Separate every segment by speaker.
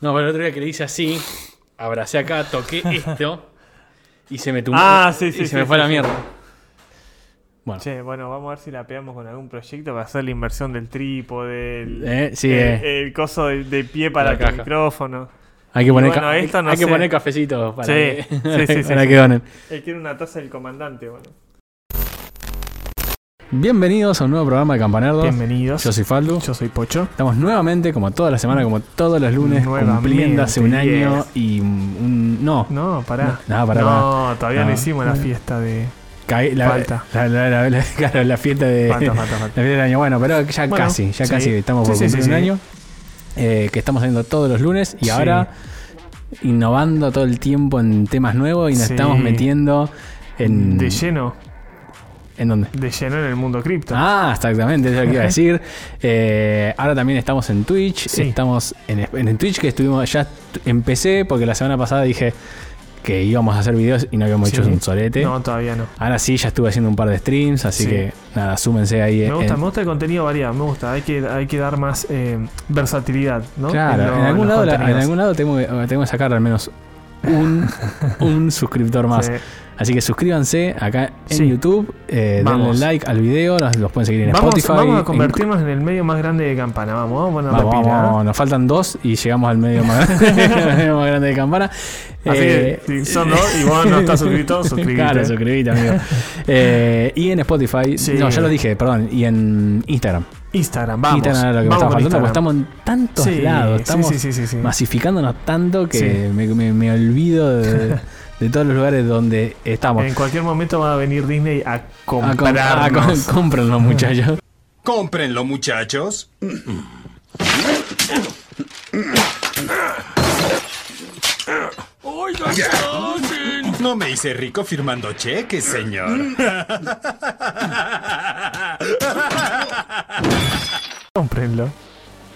Speaker 1: No, pero el otro día que le hice así, abracé acá, toqué esto y se me tumbó.
Speaker 2: Ah, sí, sí,
Speaker 1: Y se
Speaker 2: sí,
Speaker 1: me
Speaker 2: sí,
Speaker 1: fue a la
Speaker 2: sí.
Speaker 1: mierda. Bueno,
Speaker 2: Che, bueno, vamos a ver si la pegamos con algún proyecto para hacer la inversión del trípode, el,
Speaker 1: Eh, sí,
Speaker 2: el,
Speaker 1: eh.
Speaker 2: el coso de, de pie para
Speaker 1: La
Speaker 2: tu
Speaker 1: caja.
Speaker 2: micrófono.
Speaker 1: hay que poner,
Speaker 2: bueno,
Speaker 1: ca-
Speaker 2: esto no
Speaker 1: hay que
Speaker 2: sé.
Speaker 1: poner cafecito para
Speaker 2: Sí,
Speaker 1: que,
Speaker 2: sí, sí, sí,
Speaker 1: para
Speaker 2: sí.
Speaker 1: que donen.
Speaker 2: Él quiere Eh, una taza del comandante, bueno.
Speaker 1: Bienvenidos a un nuevo programa de Campanardo.
Speaker 2: Bienvenidos.
Speaker 1: Yo soy Faldu.
Speaker 2: Yo soy Pocho.
Speaker 1: Estamos nuevamente, como toda la semana, como todos los lunes,
Speaker 2: Nuevamente,
Speaker 1: cumpliendo hace un año
Speaker 2: yes.
Speaker 1: y un, un- no,
Speaker 2: No, pará.
Speaker 1: No, no, pará, Ah.
Speaker 2: No, todavía no,
Speaker 1: No.
Speaker 2: hicimos la fiesta de.
Speaker 1: cae- la,
Speaker 2: Falta.
Speaker 1: La, la- la- la- claro, la fiesta de
Speaker 2: Falta,
Speaker 1: la
Speaker 2: falta, falta.
Speaker 1: fiesta del año. Bueno, pero ya
Speaker 2: Bueno,
Speaker 1: casi, ya
Speaker 2: sí.
Speaker 1: casi estamos por
Speaker 2: Sí, sí,
Speaker 1: cumplir
Speaker 2: sí,
Speaker 1: un
Speaker 2: sí.
Speaker 1: año eh, que estamos haciendo todos los lunes y
Speaker 2: Sí.
Speaker 1: ahora innovando todo el tiempo en temas nuevos y nos
Speaker 2: Sí.
Speaker 1: estamos metiendo en
Speaker 2: De lleno.
Speaker 1: en dónde.
Speaker 2: De lleno en el mundo cripto.
Speaker 1: Ah, exactamente, es lo que iba a decir. Eh, ahora también estamos en Twitch.
Speaker 2: Sí.
Speaker 1: Estamos en, en el Twitch que estuvimos. Ya t- empecé porque la semana pasada dije que íbamos a hacer videos y no habíamos
Speaker 2: Sí.
Speaker 1: hecho un solete.
Speaker 2: No, todavía no.
Speaker 1: Ahora sí, ya estuve haciendo un par de streams, así
Speaker 2: Sí.
Speaker 1: que nada, súmense ahí.
Speaker 2: Me
Speaker 1: en-
Speaker 2: gusta, me gusta el contenido variado, me gusta. Hay que, hay que dar más eh, versatilidad, ¿no?
Speaker 1: Claro, en,
Speaker 2: lo-
Speaker 1: algún
Speaker 2: los
Speaker 1: lado, la- en
Speaker 2: contenidos.
Speaker 1: algún lado tengo, que- tengo que sacar al menos un, un suscriptor más.
Speaker 2: Sí.
Speaker 1: Así que suscríbanse acá en
Speaker 2: Sí.
Speaker 1: YouTube, eh, denle
Speaker 2: Vamos.
Speaker 1: like al video, nos- los pueden seguir en
Speaker 2: Vamos,
Speaker 1: Spotify.
Speaker 2: vamos a
Speaker 1: en-
Speaker 2: convertirnos en el medio más grande de campana, vamos, vamos a poner la
Speaker 1: Vamos,
Speaker 2: pila. ¿eh?
Speaker 1: vamos, nos faltan dos y llegamos al medio más grande, al medio más grande de campana.
Speaker 2: ¿eh? Así
Speaker 1: Eh,
Speaker 2: que si son dos y vos no estás suscrito, suscríbete.
Speaker 1: Claro, suscribite, amigo. Eh, y en Spotify,
Speaker 2: Sí.
Speaker 1: no, ya lo dije, perdón, y en Instagram.
Speaker 2: Instagram, vamos.
Speaker 1: Instagram era lo que me
Speaker 2: vamos
Speaker 1: estaba faltando, porque
Speaker 2: con Instagram.
Speaker 1: estamos en tantos
Speaker 2: Sí,
Speaker 1: lados, estamos
Speaker 2: sí, sí, sí, sí, sí.
Speaker 1: masificándonos tanto que
Speaker 2: Sí.
Speaker 1: me, me- me olvido de, de todos los lugares donde estamos. Ah,
Speaker 2: En cualquier momento va a venir Disney a
Speaker 1: A com- a com-
Speaker 2: comprarnos.
Speaker 1: cómprenlo, muchachos.
Speaker 3: Cómprenlo, muchachos. Ya. No me hice rico firmando cheques, señor.
Speaker 2: Cómprenlo.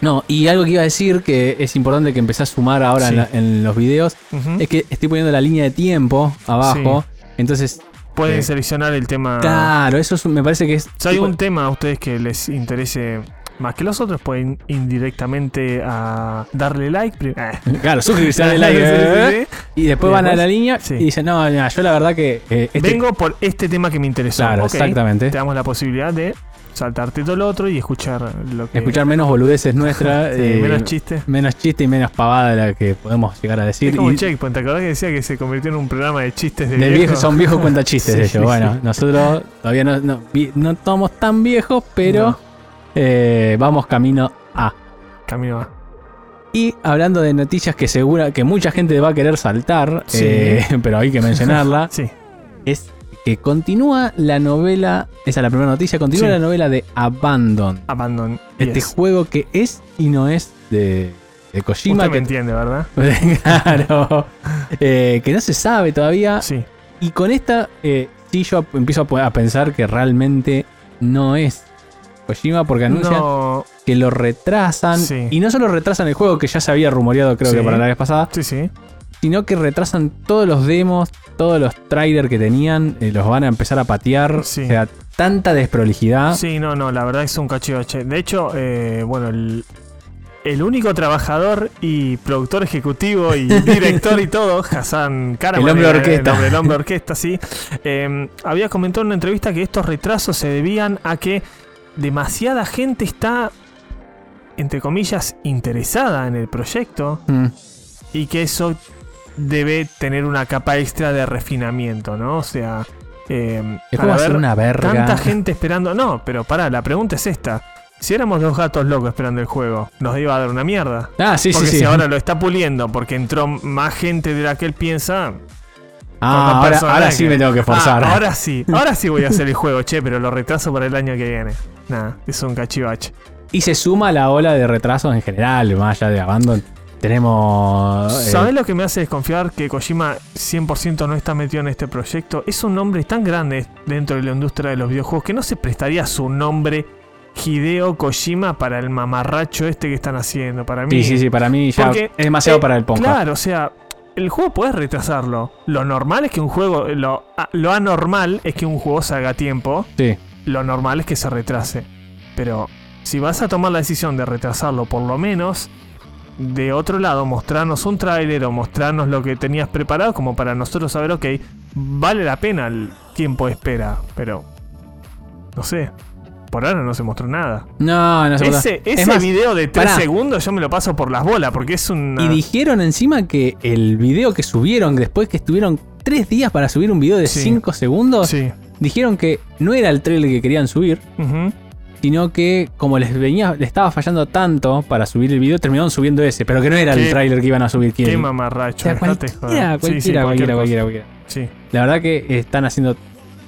Speaker 1: No, y algo que iba a decir que es importante que empecé a sumar ahora en,
Speaker 2: Sí.
Speaker 1: la- en los videos
Speaker 2: Ujú.
Speaker 1: es que estoy poniendo la línea de tiempo abajo. Entonces,
Speaker 2: Pueden
Speaker 1: Eh,
Speaker 2: seleccionar el tema.
Speaker 1: claro, eso es un- me parece que es.
Speaker 2: Si hay Ah. un tema a ustedes que les interese más que los otros, pueden indirectamente a darle like. prim- eh.
Speaker 1: Claro, suscribirse, darle like.
Speaker 2: Sí, sí,
Speaker 1: ¿eh?
Speaker 2: sí.
Speaker 1: Y después
Speaker 2: Y
Speaker 1: van a
Speaker 2: después,
Speaker 1: la línea
Speaker 2: sí.
Speaker 1: y dicen, no, no, yo la verdad que. eh, este-
Speaker 2: Vengo por este tema que me interesó.
Speaker 1: Claro,
Speaker 2: Ok,
Speaker 1: exactamente.
Speaker 2: Te damos la posibilidad de saltarte todo lo otro y escuchar lo que.
Speaker 1: Escuchar menos boludeces nuestras.
Speaker 2: Sí,
Speaker 1: eh,
Speaker 2: menos chistes.
Speaker 1: menos chiste y menos pavada de la que podemos llegar a decir.
Speaker 2: Es como
Speaker 1: y
Speaker 2: Checkpoint, ¿te acordás que decía que se convirtió en un programa de chistes de,
Speaker 1: de
Speaker 2: viejos?
Speaker 1: viejo, son viejos cuenta chistes
Speaker 2: Sí,
Speaker 1: ellos.
Speaker 2: sí,
Speaker 1: bueno,
Speaker 2: sí.
Speaker 1: nosotros todavía no, no, vi- no estamos tan viejos, pero
Speaker 2: No.
Speaker 1: eh, vamos camino a.
Speaker 2: Camino A.
Speaker 1: Y hablando de noticias que segura que mucha gente va a querer saltar,
Speaker 2: Sí.
Speaker 1: eh, pero hay que mencionarla,
Speaker 2: Sí.
Speaker 1: es que continúa la novela, esa es la primera noticia, continúa
Speaker 2: Sí.
Speaker 1: la novela de Abandon.
Speaker 2: Abandon.
Speaker 1: Este
Speaker 2: Yes.
Speaker 1: juego que es y no es de, de Kojima.
Speaker 2: Usted me
Speaker 1: Que,
Speaker 2: entiende, ¿verdad?
Speaker 1: claro. Eh, que no se sabe todavía.
Speaker 2: Sí.
Speaker 1: Y con esta, eh, sí yo empiezo a, po- a pensar que realmente no es Kojima porque anuncian
Speaker 2: No.
Speaker 1: que lo retrasan.
Speaker 2: Sí.
Speaker 1: Y no solo retrasan el juego que ya se había rumoreado creo
Speaker 2: Sí.
Speaker 1: que para la vez pasada,
Speaker 2: Sí, sí.
Speaker 1: sino que retrasan todos los demos, todos los trailers que tenían, eh, los van a empezar a patear.
Speaker 2: Sí.
Speaker 1: O sea, tanta desprolijidad.
Speaker 2: Sí, no, no, la verdad es un cachillo. che. De hecho, eh, bueno, el, el único trabajador y productor ejecutivo y director y todo, Hassan Karaman.
Speaker 1: El hombre
Speaker 2: eh,
Speaker 1: orquesta.
Speaker 2: El hombre, el hombre orquesta, sí. eh, había comentado en una entrevista que estos retrasos se debían a que demasiada gente está, entre comillas, interesada en el proyecto
Speaker 1: Mm.
Speaker 2: y que eso debe tener una capa extra de refinamiento, ¿no? O sea, eh,
Speaker 1: El
Speaker 2: al
Speaker 1: juego va a ser
Speaker 2: haber
Speaker 1: una verga.
Speaker 2: tanta gente esperando. No, pero pará, la pregunta es esta. Si éramos los gatos locos esperando el juego, nos iba a dar una mierda.
Speaker 1: Ah, sí,
Speaker 2: porque
Speaker 1: sí, sí.
Speaker 2: si ahora lo está puliendo, porque entró más gente de la que él piensa.
Speaker 1: ah,
Speaker 2: con
Speaker 1: ahora,
Speaker 2: personas
Speaker 1: ahora sí me tengo que forzar.
Speaker 2: Ah, ahora sí, ahora sí voy a hacer el juego, che, pero lo retraso para el año que viene. Nada, es un cachivache.
Speaker 1: Y se suma la ola de retrasos en general, más allá de Abandon. Tenemos. eh,
Speaker 2: ¿Sabes lo que me hace desconfiar que Kojima 100% no está metido en este proyecto? Es un nombre tan grande dentro de la industria de los videojuegos que no se prestaría su nombre Hideo Kojima para el mamarracho este que están haciendo. Para mí,
Speaker 1: sí, sí, sí, para mí ya
Speaker 2: Porque,
Speaker 1: es demasiado
Speaker 2: eh,
Speaker 1: para el podcast.
Speaker 2: Claro, o sea, el juego puedes retrasarlo. Lo normal es que un juego, lo, a- lo anormal es que un juego salga a tiempo.
Speaker 1: Sí.
Speaker 2: Lo normal es que se retrase. Pero si vas a tomar la decisión de retrasarlo, por lo menos de otro lado, mostrarnos un tráiler o mostrarnos lo que tenías preparado, como para nosotros saber, ok, vale la pena el tiempo de espera, pero no sé. Por ahora no se mostró nada.
Speaker 1: No, no se puede.
Speaker 2: Ese,
Speaker 1: Es
Speaker 2: ese
Speaker 1: más,
Speaker 2: video de 3
Speaker 1: pará.
Speaker 2: segundos yo me lo paso por las bolas porque es un.
Speaker 1: Y dijeron encima que el video que subieron, después que estuvieron tres días para subir un video de
Speaker 2: Sí.
Speaker 1: 5 segundos,
Speaker 2: Sí.
Speaker 1: dijeron que no era el trailer que querían subir,
Speaker 2: Ujú.
Speaker 1: sino que como les venía, les estaba fallando tanto para subir el video, terminaron subiendo ese, pero que no era el
Speaker 2: Qué-
Speaker 1: trailer que iban a subir. que-
Speaker 2: Qué
Speaker 1: o
Speaker 2: mamarracho.
Speaker 1: sea,
Speaker 2: dejate
Speaker 1: cualquiera,
Speaker 2: joder.
Speaker 1: cualquiera,
Speaker 2: Sí, sí,
Speaker 1: cualquiera,
Speaker 2: cualquier
Speaker 1: cualquiera,
Speaker 2: cosa.
Speaker 1: cualquiera.
Speaker 2: Sí.
Speaker 1: La verdad que están haciendo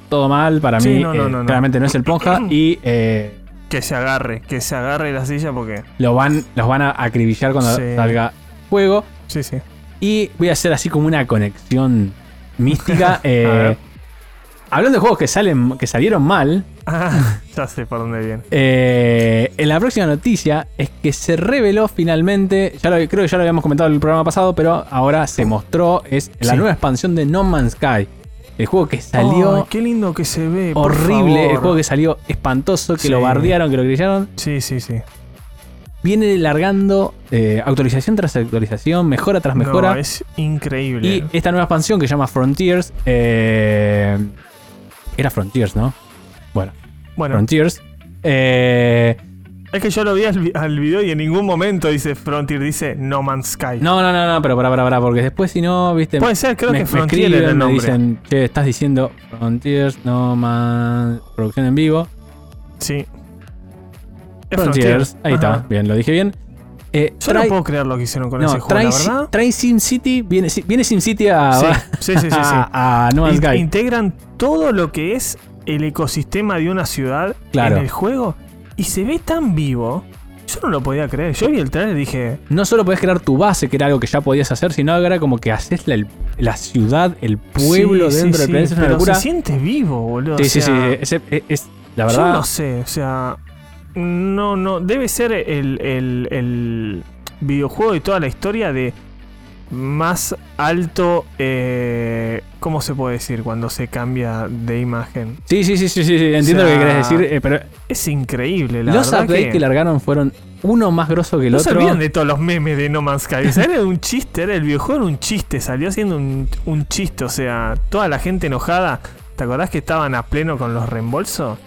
Speaker 1: todo mal, para
Speaker 2: Sí,
Speaker 1: mí
Speaker 2: no, no,
Speaker 1: eh,
Speaker 2: no, no.
Speaker 1: claramente no es el Ponja y eh,
Speaker 2: Que se agarre, que se agarre la silla porque.
Speaker 1: lo van, los van a acribillar cuando
Speaker 2: Sí.
Speaker 1: salga juego.
Speaker 2: Sí, sí.
Speaker 1: Y voy a hacer así como una conexión mística. eh,
Speaker 2: A ver.
Speaker 1: hablando de juegos que, salen, que salieron mal,
Speaker 2: Ah, ya sé por dónde viene.
Speaker 1: eh, en la próxima noticia es que se reveló finalmente, ya lo- creo que ya lo habíamos comentado en el programa pasado, pero ahora se mostró, es la
Speaker 2: Sí.
Speaker 1: nueva expansión de No Man's Sky. El juego que salió
Speaker 2: Ay, qué lindo que se ve. por
Speaker 1: horrible, el
Speaker 2: favor.
Speaker 1: juego que salió espantoso, que lo
Speaker 2: Sí.
Speaker 1: bardearon, que lo grillaron.
Speaker 2: Sí, sí, sí.
Speaker 1: Viene largando eh, actualización tras actualización, mejora tras mejora.
Speaker 2: No, es increíble.
Speaker 1: Y eh, esta nueva expansión que se llama Frontiers. eh, era Frontiers, ¿no? Bueno,
Speaker 2: bueno,
Speaker 1: Frontiers. eh,
Speaker 2: es que yo lo vi al, vi- al video y en ningún momento dice Frontier, dice No Man's Sky.
Speaker 1: no, no, no, no, pero para, para, para, porque después si no, viste.
Speaker 2: Puede ser, Pues, creo
Speaker 1: me,
Speaker 2: que
Speaker 1: me
Speaker 2: Frontier era
Speaker 1: escriben,
Speaker 2: el
Speaker 1: me
Speaker 2: nombre.
Speaker 1: dicen, che, estás diciendo Frontiers, no más producción en vivo.
Speaker 2: sí. Es
Speaker 1: Frontiers, ahí
Speaker 2: Ajá.
Speaker 1: está, bien, lo dije bien. Eh,
Speaker 2: Yo no
Speaker 1: trae-
Speaker 2: puedo creer lo que hicieron con
Speaker 1: no,
Speaker 2: ese juego,
Speaker 1: trae,
Speaker 2: la verdad.
Speaker 1: trae SimCity, viene, si- viene SimCity a,
Speaker 2: Sí, sí, sí, sí. sí.
Speaker 1: a, a No Man's
Speaker 2: In-
Speaker 1: Sky.
Speaker 2: Integran todo lo que es el ecosistema de una ciudad
Speaker 1: Claro.
Speaker 2: en el juego y se ve tan vivo. Yo no lo podía creer. Yo vi el trailer y dije,
Speaker 1: no solo podés crear tu base, que era algo que ya podías hacer, sino ahora como que haces la, el- la ciudad, el pueblo
Speaker 2: sí, sí,
Speaker 1: dentro del
Speaker 2: sí,
Speaker 1: planeta. Es una
Speaker 2: pero
Speaker 1: locura.
Speaker 2: Se
Speaker 1: Sí,
Speaker 2: siente vivo, boludo. o
Speaker 1: sí, sí.
Speaker 2: sea,
Speaker 1: es- es- es- la
Speaker 2: yo
Speaker 1: verdad.
Speaker 2: no sé, o sea, no, no. Debe ser el, el- el videojuego y toda la historia de más alto. eh, ¿Cómo se puede decir cuando se cambia de imagen?
Speaker 1: Sí, sí, sí, sí, sí, sí, entiendo
Speaker 2: O sea,
Speaker 1: lo que querés decir, eh, pero
Speaker 2: Es increíble, la
Speaker 1: los
Speaker 2: verdad.
Speaker 1: updates que...
Speaker 2: que
Speaker 1: largaron fueron uno más grosso que el
Speaker 2: no se
Speaker 1: otro.
Speaker 2: olviden de todos los memes de No Man's Sky. O sea, era un chiste, era el videojuego, era un chiste. Salió siendo un, un chiste. O sea, toda la gente enojada. ¿Te acordás que estaban a pleno con los reembolsos?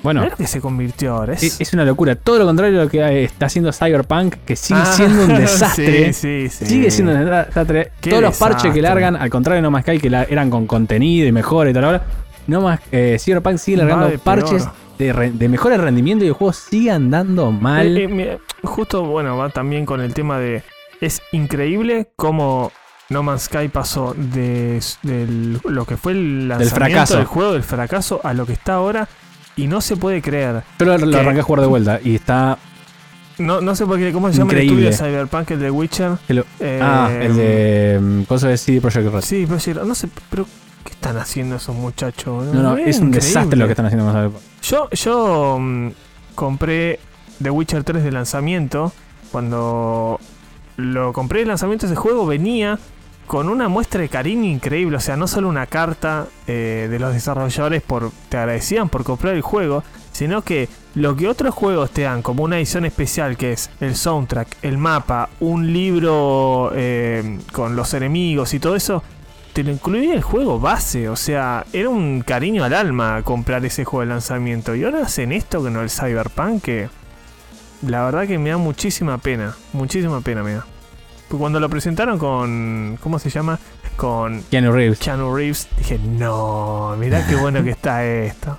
Speaker 1: Bueno, e, Eh,
Speaker 2: Mirá lo que se convirtió ahora. Es,
Speaker 1: es, es una locura. Todo lo contrario de lo que eh, está haciendo Cyberpunk, que sigue
Speaker 2: Ah,
Speaker 1: siendo un desastre. eh.
Speaker 2: Sí, Eh, sí, sí.
Speaker 1: Sigue siendo un desastre.
Speaker 2: Este, Qué
Speaker 1: Todos los parches que
Speaker 2: desastre.
Speaker 1: largan, al contrario de No Man's Sky, que la- eran con contenido y mejora y tal, ahora, No Man's- eh, Cyberpunk sigue largando
Speaker 2: Va de
Speaker 1: parches
Speaker 2: peor.
Speaker 1: de, re- de mejora de rendimiento y el juego sigue andando mal.
Speaker 2: Eh, eh, mira, justo, bueno, va también con el tema de. Es increíble cómo No Man's Sky pasó de s- del- lo que fue el lanzamiento
Speaker 1: fracaso.
Speaker 2: del juego, del fracaso, a lo que está ahora. Y no se puede creer.
Speaker 1: Yo lo, lo
Speaker 2: que-
Speaker 1: arranqué a jugar de vuelta y está.
Speaker 2: No, no sé por qué, ¿cómo se llama
Speaker 1: Increíble.
Speaker 2: el estudio de Cyberpunk, el de Witcher?
Speaker 1: que lo-
Speaker 2: Eh,
Speaker 1: ah, el de. mm, Cosa de CD Projekt Red.
Speaker 2: Sí, pero sí, no sé, pero ¿qué están haciendo esos muchachos? boludo?
Speaker 1: No, no, es un
Speaker 2: increíble.
Speaker 1: desastre lo que están haciendo con Cyberpunk.
Speaker 2: Yo, yo mm, compré The Witcher 3 de lanzamiento. Cuando lo compré de lanzamiento, ese juego venía con una muestra de cariño increíble. O sea, no solo una carta eh, de los desarrolladores por te agradecían por comprar el juego, sino que lo que otros juegos te dan, como una edición especial que es el soundtrack, el mapa, un libro eh, con los enemigos y todo eso, te lo incluía el juego base, o sea, era un cariño al alma comprar ese juego de lanzamiento. Y ahora hacen esto con el Cyberpunk que la verdad que me da muchísima pena, muchísima pena me da. Porque Cuando lo presentaron con, ¿cómo se llama? Con
Speaker 1: Keanu Reeves.
Speaker 2: Keanu Reeves, dije, no, mirá qué bueno que está esto.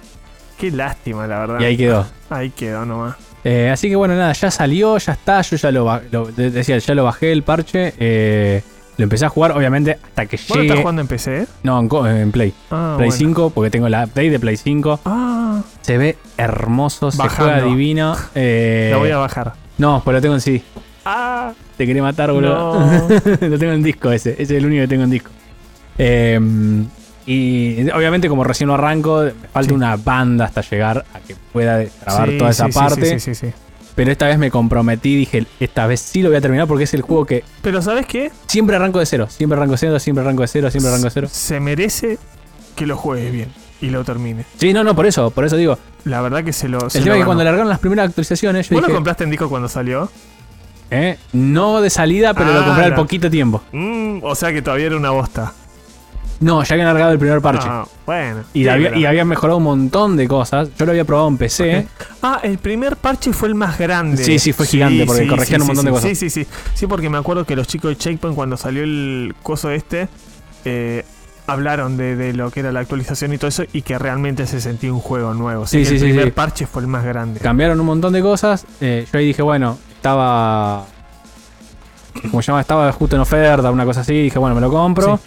Speaker 2: Qué lástima, la verdad.
Speaker 1: Y ahí quedó.
Speaker 2: Ahí quedó nomás.
Speaker 1: Eh, así que bueno, nada, ya salió, ya está. Yo ya lo, ba- lo- de- decía, ya lo bajé el parche. eh, lo empecé a jugar, obviamente, hasta que
Speaker 2: ¿Vos no
Speaker 1: llegue.
Speaker 2: estás jugando en PC? eh?
Speaker 1: no, en, co- en Play.
Speaker 2: Ah,
Speaker 1: Play
Speaker 2: bueno.
Speaker 1: 5, porque tengo la update de Play 5.
Speaker 2: Ah,
Speaker 1: Se ve hermoso, se juega
Speaker 2: Bajando.
Speaker 1: divino. eh,
Speaker 2: la voy a bajar.
Speaker 1: No, pues lo tengo en CD.
Speaker 2: Ah,
Speaker 1: Te quería matar, boludo.
Speaker 2: no.
Speaker 1: lo tengo en disco ese. Ese es el único que tengo en disco. Eh, y obviamente, como recién lo arranco, me falta
Speaker 2: Sí.
Speaker 1: una banda hasta llegar a que pueda grabar
Speaker 2: Sí,
Speaker 1: toda
Speaker 2: sí,
Speaker 1: esa
Speaker 2: sí,
Speaker 1: parte.
Speaker 2: sí, sí, sí, sí.
Speaker 1: Pero esta vez me comprometí, dije, esta vez sí lo voy a terminar porque es el juego que
Speaker 2: Pero ¿sabes qué?
Speaker 1: siempre arranco de cero. Siempre arranco de cero, siempre arranco de cero, siempre arranco de cero.
Speaker 2: Se merece que lo juegues bien y lo termine.
Speaker 1: Sí, no, no, por eso, por eso digo.
Speaker 2: La verdad que se lo. se
Speaker 1: El tema es
Speaker 2: lo
Speaker 1: que
Speaker 2: ganó.
Speaker 1: cuando largaron las primeras actualizaciones, yo
Speaker 2: ¿Vos lo
Speaker 1: dije,
Speaker 2: compraste en disco cuando salió?
Speaker 1: ¿eh? No de salida, pero lo
Speaker 2: Ah,
Speaker 1: compré al
Speaker 2: la-
Speaker 1: poquito tiempo.
Speaker 2: Mm, o sea que todavía era una bosta.
Speaker 1: No, ya habían largado el primer parche.
Speaker 2: Ah, bueno.
Speaker 1: Y,
Speaker 2: Sí,
Speaker 1: había,
Speaker 2: pero-
Speaker 1: y habían mejorado un montón de cosas. Yo lo había probado en PC.
Speaker 2: Ah, el primer parche fue el más grande.
Speaker 1: Sí, sí, fue gigante, porque corregían un montón de
Speaker 2: sí,
Speaker 1: cosas.
Speaker 2: Sí, sí, sí. Sí, porque me acuerdo que los chicos de Checkpoint, cuando salió el coso este, eh, hablaron de, de lo que era la actualización y todo eso, y que realmente se sentía un juego nuevo.
Speaker 1: Sí,
Speaker 2: Sí,
Speaker 1: sí,
Speaker 2: el
Speaker 1: sí,
Speaker 2: primer
Speaker 1: sí.
Speaker 2: parche fue el más grande.
Speaker 1: Cambiaron un montón de cosas. Eh, yo ahí dije, bueno, estaba. Como se llama, estaba justo en oferta, una cosa así. Dije, bueno, me lo compro.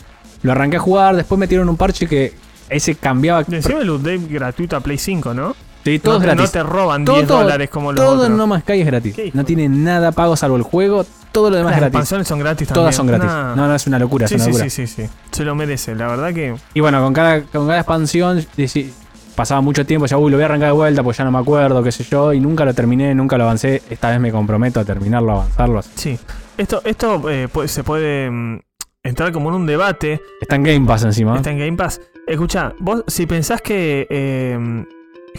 Speaker 1: Lo arranqué a jugar. Después metieron un parche que ese cambiaba.
Speaker 2: Y Encima el update gratuito a Play 5, ¿no?
Speaker 1: Sí, todo
Speaker 2: no,
Speaker 1: es
Speaker 2: te-
Speaker 1: gratis.
Speaker 2: no te roban
Speaker 1: Todo-
Speaker 2: 10 dólares como los
Speaker 1: todo
Speaker 2: otros.
Speaker 1: en No Man's Sky es gratis.
Speaker 2: ¿Qué hijo
Speaker 1: No
Speaker 2: de-
Speaker 1: tiene nada pago salvo el juego. Todo lo demás
Speaker 2: Las
Speaker 1: es gratis.
Speaker 2: expansiones son gratis también.
Speaker 1: Todas son gratis.
Speaker 2: Nah.
Speaker 1: No, no, es una locura.
Speaker 2: sí,
Speaker 1: es una
Speaker 2: sí,
Speaker 1: locura.
Speaker 2: sí, sí, sí. Se lo merece. La verdad que...
Speaker 1: Y bueno, con cada, con cada expansión decí- pasaba mucho tiempo, ya uy, lo voy a arrancar de vuelta porque ya no me acuerdo, qué sé yo, y nunca lo terminé, nunca lo avancé. Esta vez me comprometo a terminarlo, a avanzarlo. así.
Speaker 2: Sí. Esto, esto eh, pu- se puede mm, entrar como en un debate
Speaker 1: Está en Game Pass encima. ¿eh?
Speaker 2: Está en Game Pass. Escucha, vos si pensás que eh,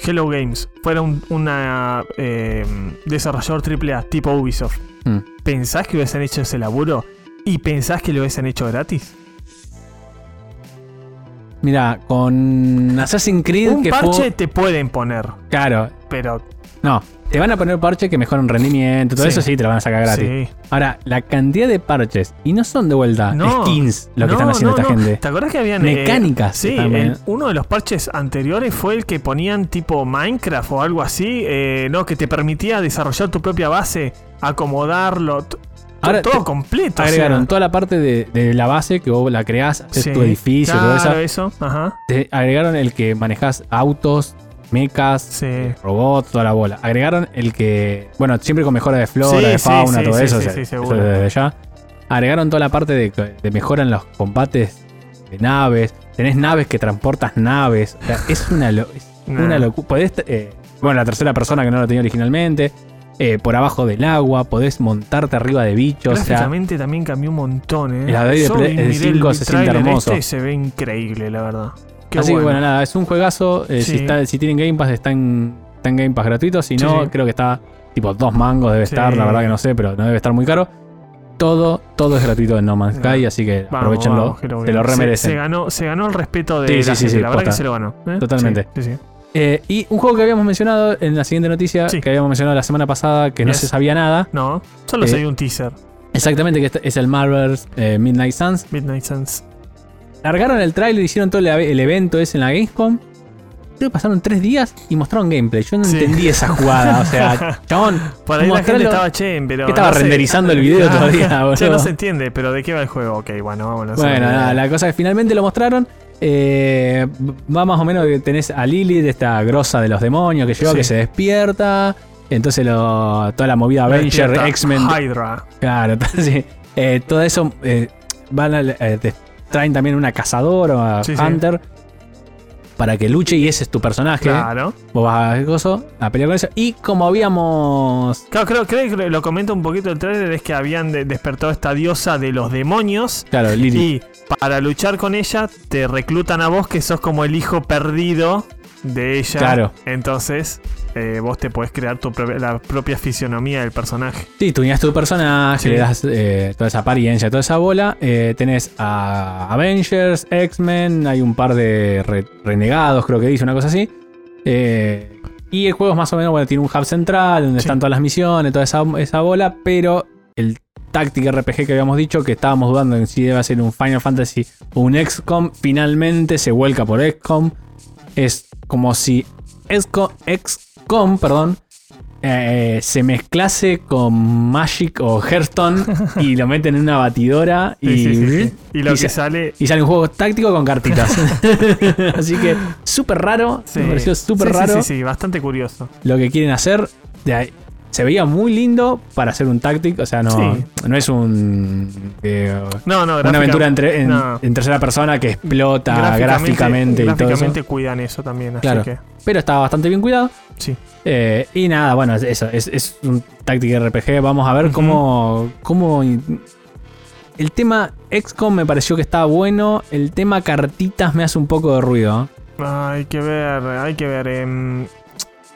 Speaker 2: Hello Games fuera un una, eh, desarrollador AAA tipo Ubisoft,
Speaker 1: Mm.
Speaker 2: ¿pensás que hubiesen hecho ese laburo? ¿Y pensás que lo hubiesen hecho gratis?
Speaker 1: Mira, con Assassin's Creed
Speaker 2: Un
Speaker 1: que
Speaker 2: parche
Speaker 1: fue.
Speaker 2: te pueden poner,
Speaker 1: Claro,
Speaker 2: pero
Speaker 1: no. Te van a poner parches que mejoran rendimiento, todo
Speaker 2: Sí.
Speaker 1: eso sí te lo van a sacar gratis.
Speaker 2: sí.
Speaker 1: Ahora, la cantidad de parches, y no son de vuelta
Speaker 2: No,
Speaker 1: ah, skins lo que
Speaker 2: No,
Speaker 1: están haciendo
Speaker 2: no,
Speaker 1: esta
Speaker 2: no.
Speaker 1: gente.
Speaker 2: ¿Te acordás que habían eh,
Speaker 1: Mecánicas
Speaker 2: sí,
Speaker 1: también.
Speaker 2: el- uno de los parches anteriores fue el que ponían tipo Minecraft o algo así, eh, no, que te permitía desarrollar tu propia base, acomodarlo, t-
Speaker 1: Ahora
Speaker 2: todo
Speaker 1: te-
Speaker 2: completo. o sea.
Speaker 1: Agregaron toda la parte de, de la base que vos la creás, haces
Speaker 2: Sí,
Speaker 1: tu edificio, todo eso.
Speaker 2: claro, eso. Ajá.
Speaker 1: Te agregaron el que manejas autos, mecas,
Speaker 2: Sí.
Speaker 1: robots, toda la bola. Agregaron el que, bueno, siempre con mejora de flora,
Speaker 2: Sí,
Speaker 1: de
Speaker 2: sí,
Speaker 1: fauna,
Speaker 2: sí,
Speaker 1: todo
Speaker 2: sí,
Speaker 1: eso, o
Speaker 2: sí,
Speaker 1: sea,
Speaker 2: sí,
Speaker 1: eso
Speaker 2: seguro.
Speaker 1: desde ya. Agregaron toda la parte de, de mejora en los combates de naves. Tenés naves que transportas naves. O sea, es una, lo- es
Speaker 2: Nah.
Speaker 1: una locura. Podés, eh, bueno, la tercera persona que no lo tenía originalmente. eh, por abajo del agua, podés montarte arriba de bichos. O sea,
Speaker 2: Gráficamente también cambió un montón, ¿eh?
Speaker 1: La de- de
Speaker 2: Yo
Speaker 1: Play-
Speaker 2: vi-
Speaker 1: el
Speaker 2: miré
Speaker 1: 5 se siente
Speaker 2: tráiler
Speaker 1: hermoso.
Speaker 2: Este y se ve increíble, la verdad. Qué
Speaker 1: Así que bueno, nada, es un juegazo. eh,
Speaker 2: Sí.
Speaker 1: si, está- si tienen Game Pass, está en, está en Game Pass gratuito. Si
Speaker 2: Sí,
Speaker 1: no,
Speaker 2: sí.
Speaker 1: creo que está tipo dos mangos, debe
Speaker 2: Sí.
Speaker 1: estar. La verdad que no sé, pero no debe estar muy caro. Todo, todo es gratuito en No Man's
Speaker 2: No.
Speaker 1: Sky, así que
Speaker 2: Vamos,
Speaker 1: aprovechenlo.
Speaker 2: vamos, que
Speaker 1: se lo
Speaker 2: se-
Speaker 1: remerecen.
Speaker 2: Se, ganó, se ganó el respeto de
Speaker 1: Sí, sí, sí,
Speaker 2: la gente,
Speaker 1: sí,
Speaker 2: la verdad
Speaker 1: posta.
Speaker 2: que se lo ganó. ¿eh?
Speaker 1: Totalmente.
Speaker 2: Sí, sí, sí.
Speaker 1: Eh, y un juego que habíamos mencionado en la siguiente noticia,
Speaker 2: Sí.
Speaker 1: que habíamos mencionado la semana pasada, que no
Speaker 2: Yes.
Speaker 1: se sabía nada.
Speaker 2: No, solo
Speaker 1: Eh,
Speaker 2: se vio un teaser.
Speaker 1: Exactamente, que este es el Marvel's eh, Midnight Suns.
Speaker 2: Midnight Suns.
Speaker 1: Largaron el trailer, hicieron todo el, el evento ese en la Gamescom. Creo que pasaron tres días y mostraron gameplay. Yo no
Speaker 2: Sí.
Speaker 1: entendí esa jugada. O sea, chabón,
Speaker 2: Por ahí la gente
Speaker 1: mostralo-
Speaker 2: estaba che, pero.
Speaker 1: que estaba
Speaker 2: no sé.
Speaker 1: renderizando el video
Speaker 2: Ah,
Speaker 1: todavía, boludo.
Speaker 2: Che, no se entiende, pero ¿de qué va el juego? Ok, bueno, vámonos.
Speaker 1: Bueno,
Speaker 2: a-
Speaker 1: nada, la cosa es que finalmente lo mostraron. eh, va más o menos que tenés a Lilith, esta grosa de los demonios que llegó,
Speaker 2: Sí.
Speaker 1: que se despierta. Entonces lo- toda la movida Avenger,
Speaker 2: Despierta
Speaker 1: X-Men.
Speaker 2: Hydra.
Speaker 1: Claro, sí. Eh, todo eso eh, van a- eh, te traen también una cazadora, a
Speaker 2: Sí, sí.
Speaker 1: Hunter, para que luche y ese es tu personaje.
Speaker 2: Claro.
Speaker 1: Vos vas a, hacer coso, a pelear con eso. Y como habíamos...
Speaker 2: Claro, creo, creo que lo comenta un poquito el trailer, es que habían de- despertado esta diosa de los demonios.
Speaker 1: Claro, Lilith.
Speaker 2: Y para luchar con ella, te reclutan a vos, que sos como el hijo perdido de ella.
Speaker 1: Claro.
Speaker 2: Entonces, eh, vos te podés crear tu propia- la propia fisionomía del personaje.
Speaker 1: Sí, tú unías tu personaje,
Speaker 2: Sí.
Speaker 1: le das eh, toda esa apariencia, toda esa bola. Eh, tenés a Avengers, X-Men, hay un par de re- renegados, creo que dice, una cosa así. Eh, y el juego es más o menos, bueno, tiene un hub central donde
Speaker 2: Sí.
Speaker 1: están todas las misiones, toda esa, esa bola, pero el táctica RPG que habíamos dicho, que estábamos dudando en si iba a ser un Final Fantasy o un XCOM, finalmente se vuelca por XCOM. Es como si XCOM, XCOM perdón, eh, se mezclase con Magic o Hearthstone y lo meten en una batidora
Speaker 2: Sí,
Speaker 1: y,
Speaker 2: sí, sí, sí. Y lo
Speaker 1: y
Speaker 2: que
Speaker 1: se-
Speaker 2: sale.
Speaker 1: y sale un juego táctico con cartitas. Así que súper raro,
Speaker 2: sí.
Speaker 1: me pareció súper
Speaker 2: Sí, sí,
Speaker 1: raro
Speaker 2: Sí, sí, bastante curioso.
Speaker 1: lo que quieren hacer. De ahí- se veía muy lindo para hacer un táctico, o sea, no,
Speaker 2: Sí.
Speaker 1: no es un... eh,
Speaker 2: No, no,
Speaker 1: una
Speaker 2: gráfica-
Speaker 1: aventura en, tre- en-
Speaker 2: no.
Speaker 1: en tercera persona que explota gráficamente, y todo eso.
Speaker 2: gráficamente cuidan eso también, así
Speaker 1: Claro.
Speaker 2: que.
Speaker 1: Pero estaba bastante bien cuidado.
Speaker 2: Sí.
Speaker 1: Eh, y nada, bueno, es- eso, es, es un táctica RPG. Vamos a ver
Speaker 2: Ujú.
Speaker 1: cómo, cómo. El tema XCOM me pareció que estaba bueno. El tema cartitas me hace un poco de ruido. ¿eh?
Speaker 2: Hay que ver, hay que ver. em,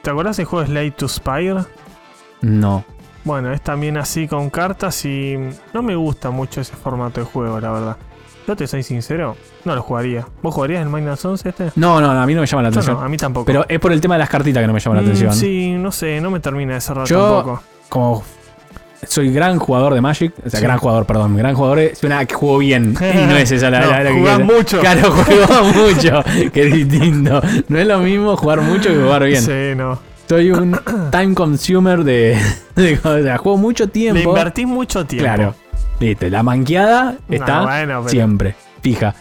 Speaker 2: ¿Te acuerdas del juego Slay to Spire?
Speaker 1: No.
Speaker 2: Bueno, es también así con cartas y no me gusta mucho ese formato de juego, la verdad. Yo te soy sincero, no lo jugaría. ¿Vos jugarías el Minus 11 este?
Speaker 1: No, no, no, a mí no me llama la
Speaker 2: Yo
Speaker 1: atención.
Speaker 2: no, a mí tampoco.
Speaker 1: Pero es por el tema de las cartitas que no me llama la
Speaker 2: Mm,
Speaker 1: atención.
Speaker 2: Sí, no sé, no me termina de cerrar
Speaker 1: Yo-
Speaker 2: tampoco.
Speaker 1: Como soy gran jugador de Magic, o sea,
Speaker 2: Sí.
Speaker 1: gran jugador, perdón, gran jugador es una que juego bien. Y no es esa la,
Speaker 2: No,
Speaker 1: la- la que
Speaker 2: jugás
Speaker 1: quiero
Speaker 2: mucho.
Speaker 1: decir. Claro, juego mucho. que es distinto. No es lo mismo jugar mucho que jugar bien.
Speaker 2: Sí, no.
Speaker 1: Soy un time consumer de, de- O sea, juego mucho tiempo.
Speaker 2: Le invertís mucho tiempo.
Speaker 1: Claro. Viste, la manqueada
Speaker 2: No,
Speaker 1: está
Speaker 2: bueno, pero-
Speaker 1: siempre, fija.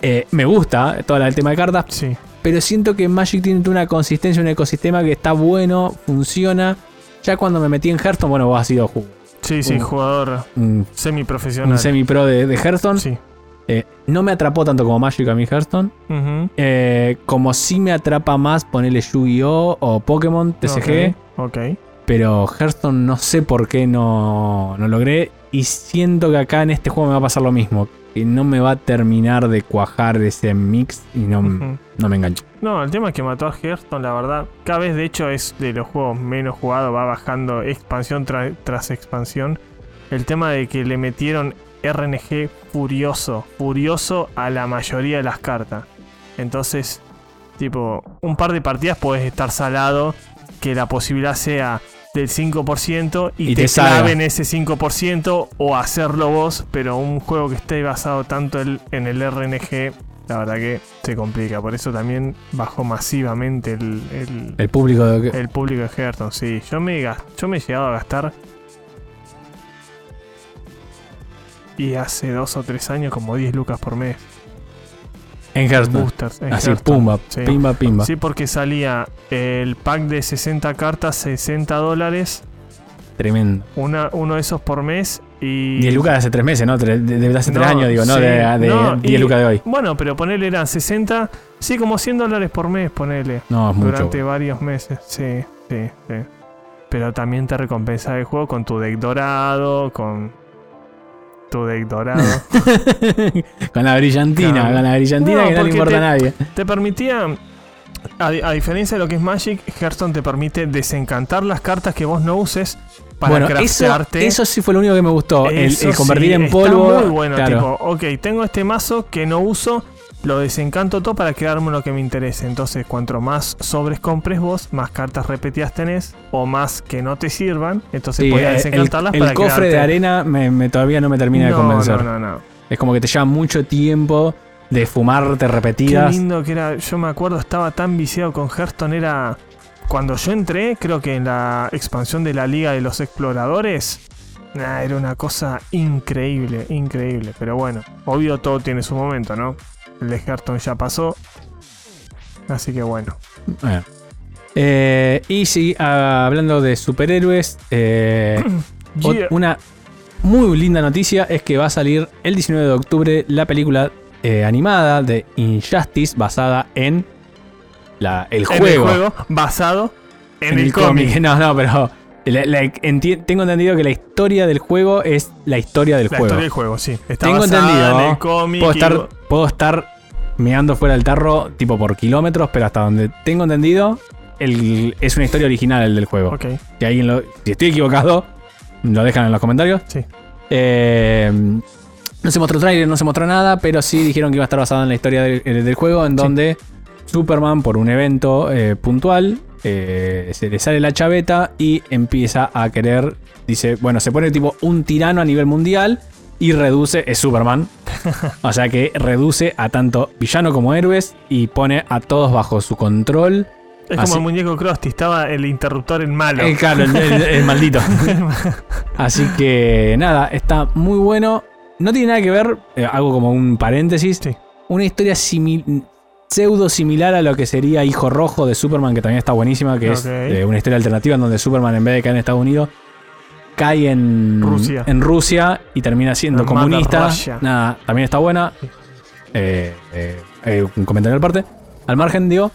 Speaker 1: Eh, me gusta todo el tema de cartas,
Speaker 2: Sí.
Speaker 1: pero siento que Magic tiene una consistencia, un ecosistema que está bueno, funciona. Ya cuando me metí en Hearthstone, bueno, vos has sido ju-
Speaker 2: Sí, sí,
Speaker 1: Un-
Speaker 2: jugador
Speaker 1: un,
Speaker 2: semiprofesional.
Speaker 1: un semi-pro de, de Hearthstone.
Speaker 2: Sí.
Speaker 1: Eh, no me atrapó tanto como Magic a mí Hearthstone.
Speaker 2: Ujú.
Speaker 1: Eh, como sí me atrapa más ponerle Yu-Gi-Oh! o Pokémon, TCG.
Speaker 2: Ok. ok.
Speaker 1: Pero Hearthstone no sé por qué no, no logré. Y siento que acá en este juego me va a pasar lo mismo. Que no me va a terminar de cuajar ese mix y no,
Speaker 2: Ujú.
Speaker 1: no me engancho.
Speaker 2: No, el tema es que mató a Hearthstone, la verdad. Cada vez, de hecho, es de los juegos menos jugados. Va bajando expansión tra- tras expansión. El tema de que le metieron RNG furioso. Furioso a la mayoría de las cartas. Entonces, tipo, un par de partidas puedes estar salado. Que la posibilidad sea del 5% y,
Speaker 1: Y
Speaker 2: te,
Speaker 1: te salga.
Speaker 2: claven ese 5% o hacerlo vos. Pero un juego que esté basado tanto el- en el RNG la verdad que se complica. Por eso también bajó masivamente el, el-
Speaker 1: El público de-
Speaker 2: el público de Hearthstone. Sí, yo me, gas- yo me he llegado a gastar. Y hace dos o tres años, como 10 lucas por mes.
Speaker 1: en
Speaker 2: en
Speaker 1: Hearthstone.
Speaker 2: Boosters. en
Speaker 1: Así,
Speaker 2: Hearthstone.
Speaker 1: pumba,
Speaker 2: Sí.
Speaker 1: pimba, pimba.
Speaker 2: Sí, porque salía el pack de 60 cartas, 60 dólares.
Speaker 1: Tremendo.
Speaker 2: Una, uno de esos por mes. Y.
Speaker 1: 10 lucas de hace 3 meses, ¿no? Tre- De, de hace 3
Speaker 2: No,
Speaker 1: años, digo, no
Speaker 2: sí,
Speaker 1: de, ah, de
Speaker 2: no,
Speaker 1: 10
Speaker 2: y-
Speaker 1: lucas de hoy.
Speaker 2: Bueno, pero ponele eran 60. Sí, como 100 dólares por mes, ponele.
Speaker 1: No, es mucho.
Speaker 2: durante varios meses. Sí, sí, sí. Pero también te recompensa el juego con tu deck dorado, con tu deck dorado.
Speaker 1: con la brillantina,
Speaker 2: Claro.
Speaker 1: con la brillantina
Speaker 2: No,
Speaker 1: que no le
Speaker 2: porque
Speaker 1: importa
Speaker 2: te-
Speaker 1: a nadie.
Speaker 2: te permitía, a, di- a diferencia de lo que es Magic, Hearthstone te permite desencantar las cartas que vos no uses para
Speaker 1: bueno, eso,
Speaker 2: craftearte.
Speaker 1: eso sí fue lo único que me gustó. el-
Speaker 2: Eso
Speaker 1: el, convertir
Speaker 2: sí,
Speaker 1: en
Speaker 2: está
Speaker 1: polvo.
Speaker 2: muy bueno,
Speaker 1: claro.
Speaker 2: tipo, ok, tengo este mazo que no uso, lo desencanto todo para crearme lo que me interese. Entonces, cuanto más sobres compres vos, más cartas repetidas tenés o más que no te sirvan. Entonces,
Speaker 1: Sí, eh,
Speaker 2: podés
Speaker 1: el-
Speaker 2: desencantarlas
Speaker 1: el,
Speaker 2: para
Speaker 1: cofre de
Speaker 2: crearte-
Speaker 1: arena me, me- todavía no me termina de
Speaker 2: No,
Speaker 1: convencer.
Speaker 2: No, no, no.
Speaker 1: Es como que te lleva mucho tiempo de fumarte
Speaker 2: Qué
Speaker 1: repetidas.
Speaker 2: lindo que era. Yo me acuerdo, estaba tan viciado con Hearthstone. Era. Cuando yo entré, creo que en la expansión de la Liga de los Exploradores. nah, era una cosa increíble, increíble. Pero bueno, obvio todo tiene su momento, ¿no? El de Hearthstone ya pasó. Así que bueno.
Speaker 1: Bueno. Eh, y sí, ah, hablando de superhéroes, eh, ot-
Speaker 2: Yeah.
Speaker 1: una muy linda noticia es que va a salir el 19 de octubre la película eh, animada de Injustice basada en la, el
Speaker 2: En
Speaker 1: juego.
Speaker 2: el juego basado en, el, cómic.
Speaker 1: No, no, pero la- la- enti- tengo entendido que la historia del juego es la historia del
Speaker 2: La
Speaker 1: juego.
Speaker 2: historia del juego, sí. Está
Speaker 1: Tengo
Speaker 2: basada
Speaker 1: entendido.
Speaker 2: en el cómic.
Speaker 1: puedo
Speaker 2: y-
Speaker 1: estar, puedo estar meando fuera del tarro, tipo por kilómetros, pero hasta donde tengo entendido, el, es una historia original el del juego.
Speaker 2: Ok.
Speaker 1: Si, alguien lo- si estoy equivocado, lo dejan en los comentarios.
Speaker 2: Sí.
Speaker 1: Eh, no se mostró trailer, no se mostró nada, pero sí dijeron que iba a estar basado en la historia del, eh, del juego, en donde Superman, por un evento eh, puntual, eh, se le sale la chaveta y empieza a querer. Dice, bueno, se pone tipo un tirano a nivel mundial y reduce, es Superman. o sea que reduce a tanto villano como héroes y pone a todos bajo su control.
Speaker 2: Es como
Speaker 1: Así-
Speaker 2: el muñeco Krusty, estaba el interruptor en malo.
Speaker 1: Eh, claro, el, el- el maldito. Así que nada, está muy bueno. No tiene nada que ver, eh, hago como un paréntesis,
Speaker 2: Sí.
Speaker 1: una historia simi- pseudo similar a lo que sería Hijo Rojo de Superman, que también está buenísima, que es
Speaker 2: Ok.
Speaker 1: eh, una historia alternativa en donde Superman en vez de caer en Estados Unidos cae en
Speaker 2: Rusia.
Speaker 1: en Rusia y termina siendo
Speaker 2: Hermana
Speaker 1: comunista.
Speaker 2: Russia.
Speaker 1: Nada, también está buena. Eh, eh, eh, un comentario aparte. Al margen, digo.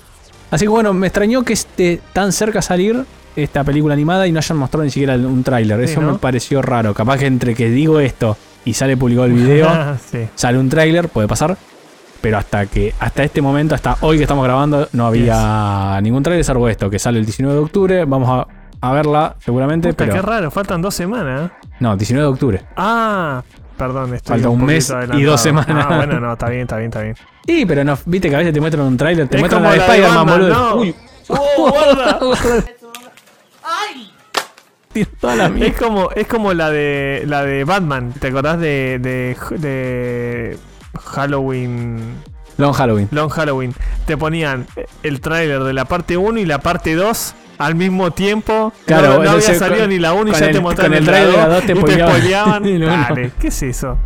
Speaker 1: Así que bueno, me extrañó que esté tan cerca a salir esta película animada y no hayan mostrado ni siquiera un tráiler.
Speaker 2: Sí,
Speaker 1: Eso
Speaker 2: ¿no?
Speaker 1: me pareció raro. Capaz que entre que digo esto y sale publicado el video,
Speaker 2: sí.
Speaker 1: sale un tráiler, puede pasar. Pero hasta que hasta este momento, hasta hoy que estamos grabando, no había ningún tráiler salvo esto, que sale el 19 de octubre. Vamos a a verla seguramente,
Speaker 2: Puta, qué
Speaker 1: pero.
Speaker 2: raro, faltan dos semanas. ¿eh?
Speaker 1: No, 19 de octubre.
Speaker 2: Ah, perdón, estoy
Speaker 1: Falta un
Speaker 2: poquito
Speaker 1: mes y
Speaker 2: adelantado.
Speaker 1: dos semanas.
Speaker 2: Ah, bueno, no, está bien, está bien, está bien.
Speaker 1: Sí, pero no, viste que a veces te muestran un trailer, te
Speaker 2: Es
Speaker 1: muestran la de
Speaker 2: como la de
Speaker 1: Spider-Man,
Speaker 2: Batman,
Speaker 1: boludo.
Speaker 2: no.
Speaker 1: Uy,
Speaker 2: ¡Oh, guarda!
Speaker 1: tiene toda la mierda.
Speaker 2: Es como, es como la de la de Batman. ¿Te acordás de, de, de Halloween?
Speaker 1: Long Halloween.
Speaker 2: Long Halloween. Te ponían el tráiler de la parte 1 y la parte 2 al mismo tiempo.
Speaker 1: Claro,
Speaker 2: no, no
Speaker 1: entonces
Speaker 2: había salido
Speaker 1: con-
Speaker 2: ni la 1 y
Speaker 1: con
Speaker 2: ya
Speaker 1: el-
Speaker 2: te mostraron
Speaker 1: con el
Speaker 2: el
Speaker 1: tráiler de la dos te
Speaker 2: y
Speaker 1: spoileaban. Y
Speaker 2: spoileaban.
Speaker 1: lo mismo.
Speaker 2: Dale, ¿qué es eso?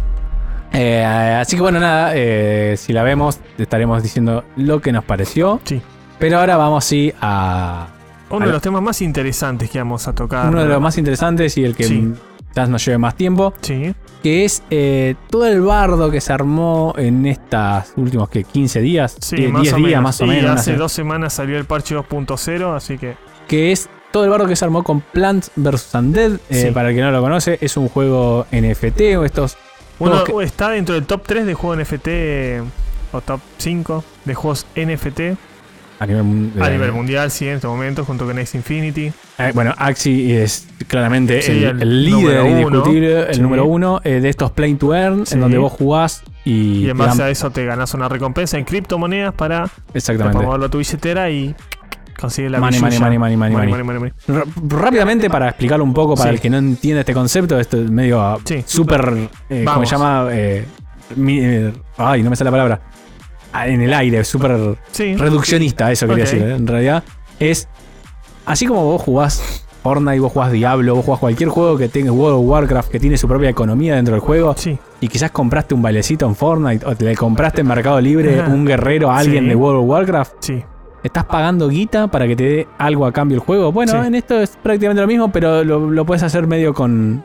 Speaker 1: Eh, así que bueno, nada, eh, si la vemos, te estaremos diciendo lo que nos pareció.
Speaker 2: Sí.
Speaker 1: Pero ahora vamos sí a
Speaker 2: Uno de los temas más interesantes que vamos a tocar.
Speaker 1: uno de los más interesantes y el que
Speaker 2: Ah, Sí.
Speaker 1: quizás nos lleve más tiempo,
Speaker 2: Sí.
Speaker 1: que es eh, todo el bardo que se armó en estos últimos ¿qué? 15 días,
Speaker 2: Sí,
Speaker 1: 10
Speaker 2: más
Speaker 1: días
Speaker 2: o menos.
Speaker 1: más o
Speaker 2: Y
Speaker 1: menos, una
Speaker 2: hace
Speaker 1: semana,
Speaker 2: dos semanas salió el parche 2.0, así que.
Speaker 1: que es todo el bardo que se armó con Plants vs. Undead, eh,
Speaker 2: Sí.
Speaker 1: para el que no lo conoce, es un juego NFT o estos...
Speaker 2: Uno
Speaker 1: juegos que-
Speaker 2: está dentro del top 3 de juegos NFT eh, o top 5 de juegos NFT
Speaker 1: a nivel, mun-
Speaker 2: a
Speaker 1: eh,
Speaker 2: nivel mundial, sí, en este momento, junto con Ace Infinity.
Speaker 1: Eh, bueno, Axi es claramente
Speaker 2: Sí,
Speaker 1: el,
Speaker 2: el
Speaker 1: el líder
Speaker 2: número uno.
Speaker 1: indiscutible, el
Speaker 2: Sí.
Speaker 1: número uno eh, de estos Play to Earn,
Speaker 2: Sí.
Speaker 1: en donde vos jugás y.
Speaker 2: Y
Speaker 1: te
Speaker 2: en base
Speaker 1: dan-
Speaker 2: a eso te ganas una recompensa en criptomonedas para
Speaker 1: exactamente.
Speaker 2: pagarlo a tu billetera y conseguir la
Speaker 1: Money, money,
Speaker 2: billulla.
Speaker 1: money, money, money, money.
Speaker 2: money, money.
Speaker 1: R- Rápidamente, para explicarlo un poco, para
Speaker 2: Sí.
Speaker 1: el que no entiende este concepto, esto es medio ah,
Speaker 2: Sí.
Speaker 1: súper. eh, ¿Cómo
Speaker 2: Vamos.
Speaker 1: se llama? Eh, mi- eh, ay, no me sale la palabra. Ah, En el aire, súper
Speaker 2: Sí,
Speaker 1: reduccionista, eso quería
Speaker 2: Ok.
Speaker 1: decir. ¿eh? En realidad, es así como vos jugás Fortnite, vos jugás Diablo, vos jugás cualquier juego que tenga World of Warcraft, que tiene su propia economía dentro del juego,
Speaker 2: sí,
Speaker 1: y quizás compraste un bailecito en Fortnite o te le compraste en Mercado Libre
Speaker 2: Ajá.
Speaker 1: un guerrero a alguien
Speaker 2: Sí.
Speaker 1: de World of Warcraft,
Speaker 2: sí.
Speaker 1: estás pagando guita para que te dé algo a cambio el juego. Bueno,
Speaker 2: Sí.
Speaker 1: en esto es prácticamente lo mismo, pero lo, lo puedes hacer medio con.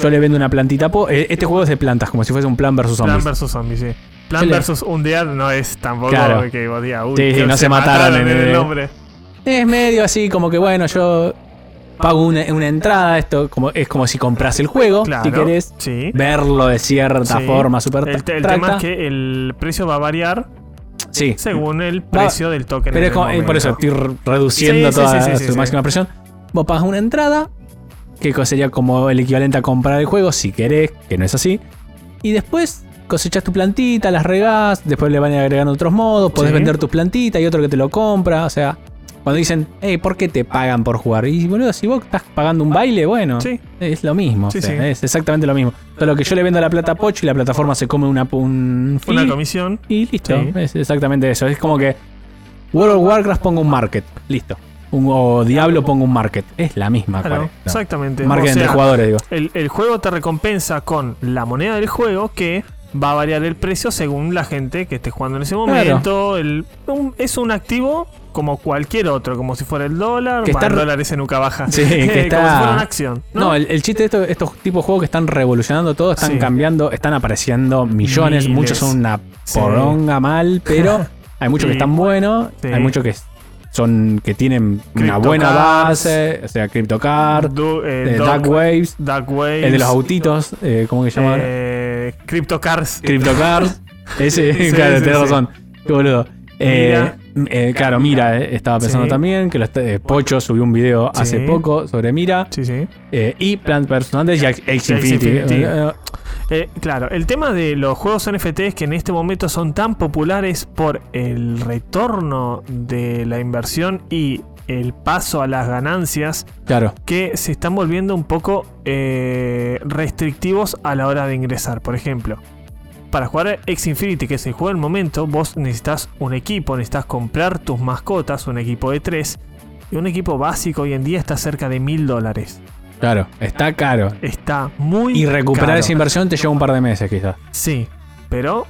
Speaker 1: Yo le vendo una plantita. po- eh, Este juego es de plantas, como si fuese un plan versus zombies.
Speaker 2: Plan versus zombies, sí. Plan
Speaker 1: Yo le-
Speaker 2: versus Undead no es tampoco
Speaker 1: Claro.
Speaker 2: que vos digas, uy,
Speaker 1: Sí, sí,
Speaker 2: que
Speaker 1: no se mataron en el-
Speaker 2: el nombre.
Speaker 1: Es medio así, como que bueno, yo pago una, una entrada, esto como, es como si compras el juego,
Speaker 2: Claro.
Speaker 1: Oh, si querés
Speaker 2: sí.
Speaker 1: verlo de cierta
Speaker 2: sí.
Speaker 1: forma, súper
Speaker 2: El, te- el
Speaker 1: tracta.
Speaker 2: tema es que el precio va a variar
Speaker 1: Sí,
Speaker 2: según el precio del token.
Speaker 1: pero
Speaker 2: en
Speaker 1: es como-
Speaker 2: el
Speaker 1: eh, por eso
Speaker 2: momento.
Speaker 1: estoy re- reduciendo
Speaker 2: Sí, sí,
Speaker 1: toda
Speaker 2: sí, sí,
Speaker 1: su
Speaker 2: sí,
Speaker 1: máxima presión. Vos pagas una entrada, que co- sería como el equivalente a comprar el juego, si querés, que no es así. Y después cosechas tu plantita, las regás, después le van agregando otros modos, podés
Speaker 2: Sí.
Speaker 1: vender tus plantitas y otro que te lo compra, o sea... Cuando dicen, hey, ¿por qué te pagan por jugar? Y boludo, si vos estás pagando un baile, bueno,
Speaker 2: Sí.
Speaker 1: es lo mismo.
Speaker 2: Sí,
Speaker 1: o sea,
Speaker 2: sí.
Speaker 1: Es exactamente lo mismo. Todo lo que yo le vendo a la plata a Pocho y la plataforma se come una, un fee
Speaker 2: Una comisión.
Speaker 1: y listo.
Speaker 2: Sí.
Speaker 1: Es exactamente eso. Es como que World of Warcraft pongo un market. Listo. Un- o Diablo pongo un market. Es la misma.
Speaker 2: Claro,
Speaker 1: cual- Ah, no.
Speaker 2: Ah, exactamente.
Speaker 1: Market
Speaker 2: O
Speaker 1: entre
Speaker 2: sea,
Speaker 1: jugadores, digo.
Speaker 2: el, el juego te recompensa con la moneda del juego que va a variar el precio según la gente que esté jugando en ese momento. El- un- es un activo como cualquier otro, como si fuera el dólar.
Speaker 1: Que
Speaker 2: Bah,
Speaker 1: está
Speaker 2: el
Speaker 1: re-
Speaker 2: dólar ese nunca baja.
Speaker 1: Sí, que
Speaker 2: Como
Speaker 1: está-
Speaker 2: si fuera una acción.
Speaker 1: No, el, el chiste de esto- estos tipos de juegos que están revolucionando todo, están
Speaker 2: Sí.
Speaker 1: cambiando, están apareciendo millones.
Speaker 2: Miles.
Speaker 1: Muchos son una
Speaker 2: Sí.
Speaker 1: poronga mal, pero hay muchos que
Speaker 2: Sí.
Speaker 1: están buenos,
Speaker 2: Sí.
Speaker 1: hay muchos que son que tienen una
Speaker 2: Crypto
Speaker 1: buena
Speaker 2: Cars.
Speaker 1: base, o sea, CryptoCard,
Speaker 2: Du- eh,
Speaker 1: eh,
Speaker 2: Dark,
Speaker 1: Dark Waves,
Speaker 2: Dark Waves,
Speaker 1: el de los autitos, eh, ¿cómo que se llama?
Speaker 2: eh, Crypto Cars.
Speaker 1: CryptoCars. Ese,
Speaker 2: Sí,
Speaker 1: claro,
Speaker 2: sí,
Speaker 1: tenés
Speaker 2: sí.
Speaker 1: razón. Qué boludo. Eh,
Speaker 2: Mira.
Speaker 1: m- eh, claro, Mira, eh, estaba pensando
Speaker 2: Sí.
Speaker 1: también que lo está- eh, Pocho subió un video
Speaker 2: Sí.
Speaker 1: hace poco sobre Mira
Speaker 2: Sí, sí.
Speaker 1: eh, y Plant Personales y Ax- Axe Infinity.
Speaker 2: Infinity.
Speaker 1: Eh, eh,
Speaker 2: Eh, claro, el tema de los juegos NFT es que en este momento son tan populares por el retorno de la inversión y el paso a las ganancias
Speaker 1: claro,
Speaker 2: que se están volviendo un poco eh, restrictivos a la hora de ingresar. Por ejemplo, para jugar X Infinity, que es el juego del momento, vos necesitas un equipo, necesitas comprar tus mascotas, un equipo de tres. Y un equipo básico hoy en día está cerca de mil dólares.
Speaker 1: claro. Está caro.
Speaker 2: Está muy
Speaker 1: Y recuperar
Speaker 2: caro.
Speaker 1: esa inversión te lleva un par de meses, quizás.
Speaker 2: Sí, pero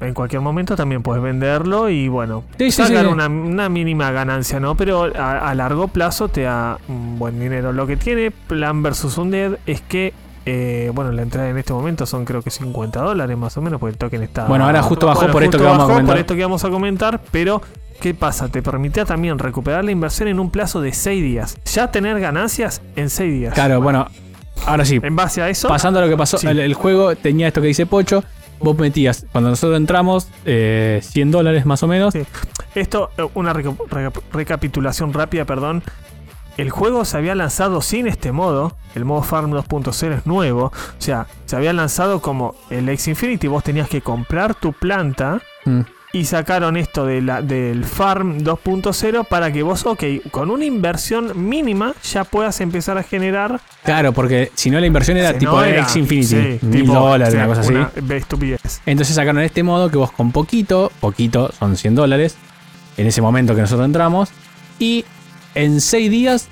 Speaker 2: en cualquier momento también puedes venderlo y bueno,
Speaker 1: Sí, sí,
Speaker 2: sacar
Speaker 1: sí, sí.
Speaker 2: Una, una mínima ganancia, ¿no? Pero a, a largo plazo te da un buen dinero. Lo que tiene Plan vs. Undead es que, eh, bueno, la entrada en este momento son creo que 50 dólares más o menos, porque el token está...
Speaker 1: Bueno, ahora justo bajó por esto que
Speaker 2: justo
Speaker 1: vamos a
Speaker 2: bajó
Speaker 1: comentar.
Speaker 2: Por esto que vamos a comentar, pero... ¿Qué pasa? Te permitía también recuperar la inversión en un plazo de 6 días. Ya tener ganancias en 6 días.
Speaker 1: Claro, bueno, ahora sí.
Speaker 2: En base a eso,
Speaker 1: Pasando a lo que pasó,
Speaker 2: Sí.
Speaker 1: el, el juego tenía esto que dice Pocho. Vos metías, cuando nosotros entramos, eh, 100 dólares más o menos.
Speaker 2: Sí. Esto, eh, una reca- reca- recapitulación rápida, perdón. El juego se había lanzado sin este modo, el modo Farm 2.0 es nuevo, o sea, se había lanzado como el X Infinity, vos tenías que comprar tu planta
Speaker 1: Mm.
Speaker 2: y sacaron esto de la, del Farm 2.0 para que vos, ok, con una inversión mínima ya puedas empezar a generar...
Speaker 1: Claro, porque si no la inversión era
Speaker 2: si
Speaker 1: tipo
Speaker 2: no era-
Speaker 1: X Infinity,
Speaker 2: sí,
Speaker 1: mil
Speaker 2: tipo,
Speaker 1: dólares,
Speaker 2: sí,
Speaker 1: una cosa así.
Speaker 2: una estupidez.
Speaker 1: Entonces sacaron este modo que vos con poquito, poquito, son 100 dólares, en ese momento que nosotros entramos, y en 6 días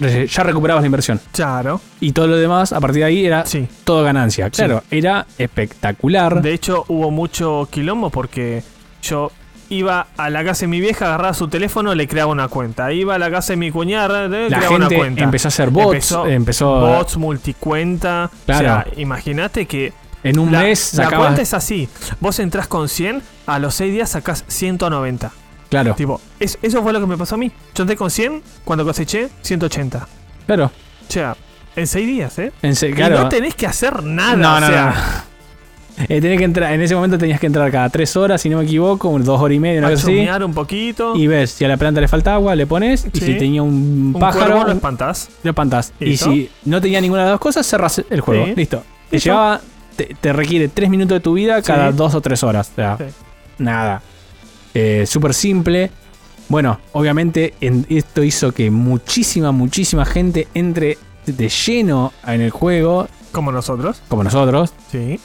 Speaker 1: re- ya recuperabas la inversión.
Speaker 2: Claro,
Speaker 1: Y todo lo demás, a partir de ahí, era
Speaker 2: sí.
Speaker 1: todo ganancia. Claro, era espectacular.
Speaker 2: De hecho, hubo mucho quilombo porque yo iba a la casa de mi vieja, agarraba su teléfono, le creaba una cuenta. Iba a la casa de mi cuñada, le
Speaker 1: la
Speaker 2: creaba una
Speaker 1: gente
Speaker 2: cuenta.
Speaker 1: empezó a hacer bots, empezó,
Speaker 2: Empezó bots, multicuenta.
Speaker 1: Claro.
Speaker 2: O sea, imagínate que
Speaker 1: en un
Speaker 2: la,
Speaker 1: mes
Speaker 2: la
Speaker 1: sacabas.
Speaker 2: cuenta es así. Vos entrás con 100, a los 6 días sacás 190.
Speaker 1: claro,
Speaker 2: Tipo, es- eso fue lo que me pasó a mí. Yo entré con 100, cuando coseché, 180.
Speaker 1: claro.
Speaker 2: O sea, en 6 días, ¿eh?
Speaker 1: En se-
Speaker 2: Y
Speaker 1: claro.
Speaker 2: no tenés que hacer nada.
Speaker 1: No,
Speaker 2: o
Speaker 1: no,
Speaker 2: sea,
Speaker 1: no. Eh, tenés que entrar, en ese momento tenías que entrar cada 3 horas, si no me equivoco, un- dos horas y media, una
Speaker 2: a
Speaker 1: cosa así.
Speaker 2: chumear un poquito.
Speaker 1: Y ves si a la planta le falta agua, le pones. Y
Speaker 2: Sí.
Speaker 1: si tenía un,
Speaker 2: un
Speaker 1: pájaro,
Speaker 2: cuervo lo espantás.
Speaker 1: lo espantás. Y
Speaker 2: Listo.
Speaker 1: si no tenía ninguna de las dos cosas, cerrás el juego.
Speaker 2: Sí.
Speaker 1: Listo. Te
Speaker 2: Listo.
Speaker 1: llevaba. Te, te requiere tres minutos de tu vida cada
Speaker 2: Sí.
Speaker 1: dos o tres horas. O sea,
Speaker 2: Sí.
Speaker 1: nada. Eh, Súper simple. Bueno, obviamente en- esto hizo que muchísima, muchísima gente entre de lleno en el juego,
Speaker 2: Como nosotros.
Speaker 1: como nosotros.
Speaker 2: Sí.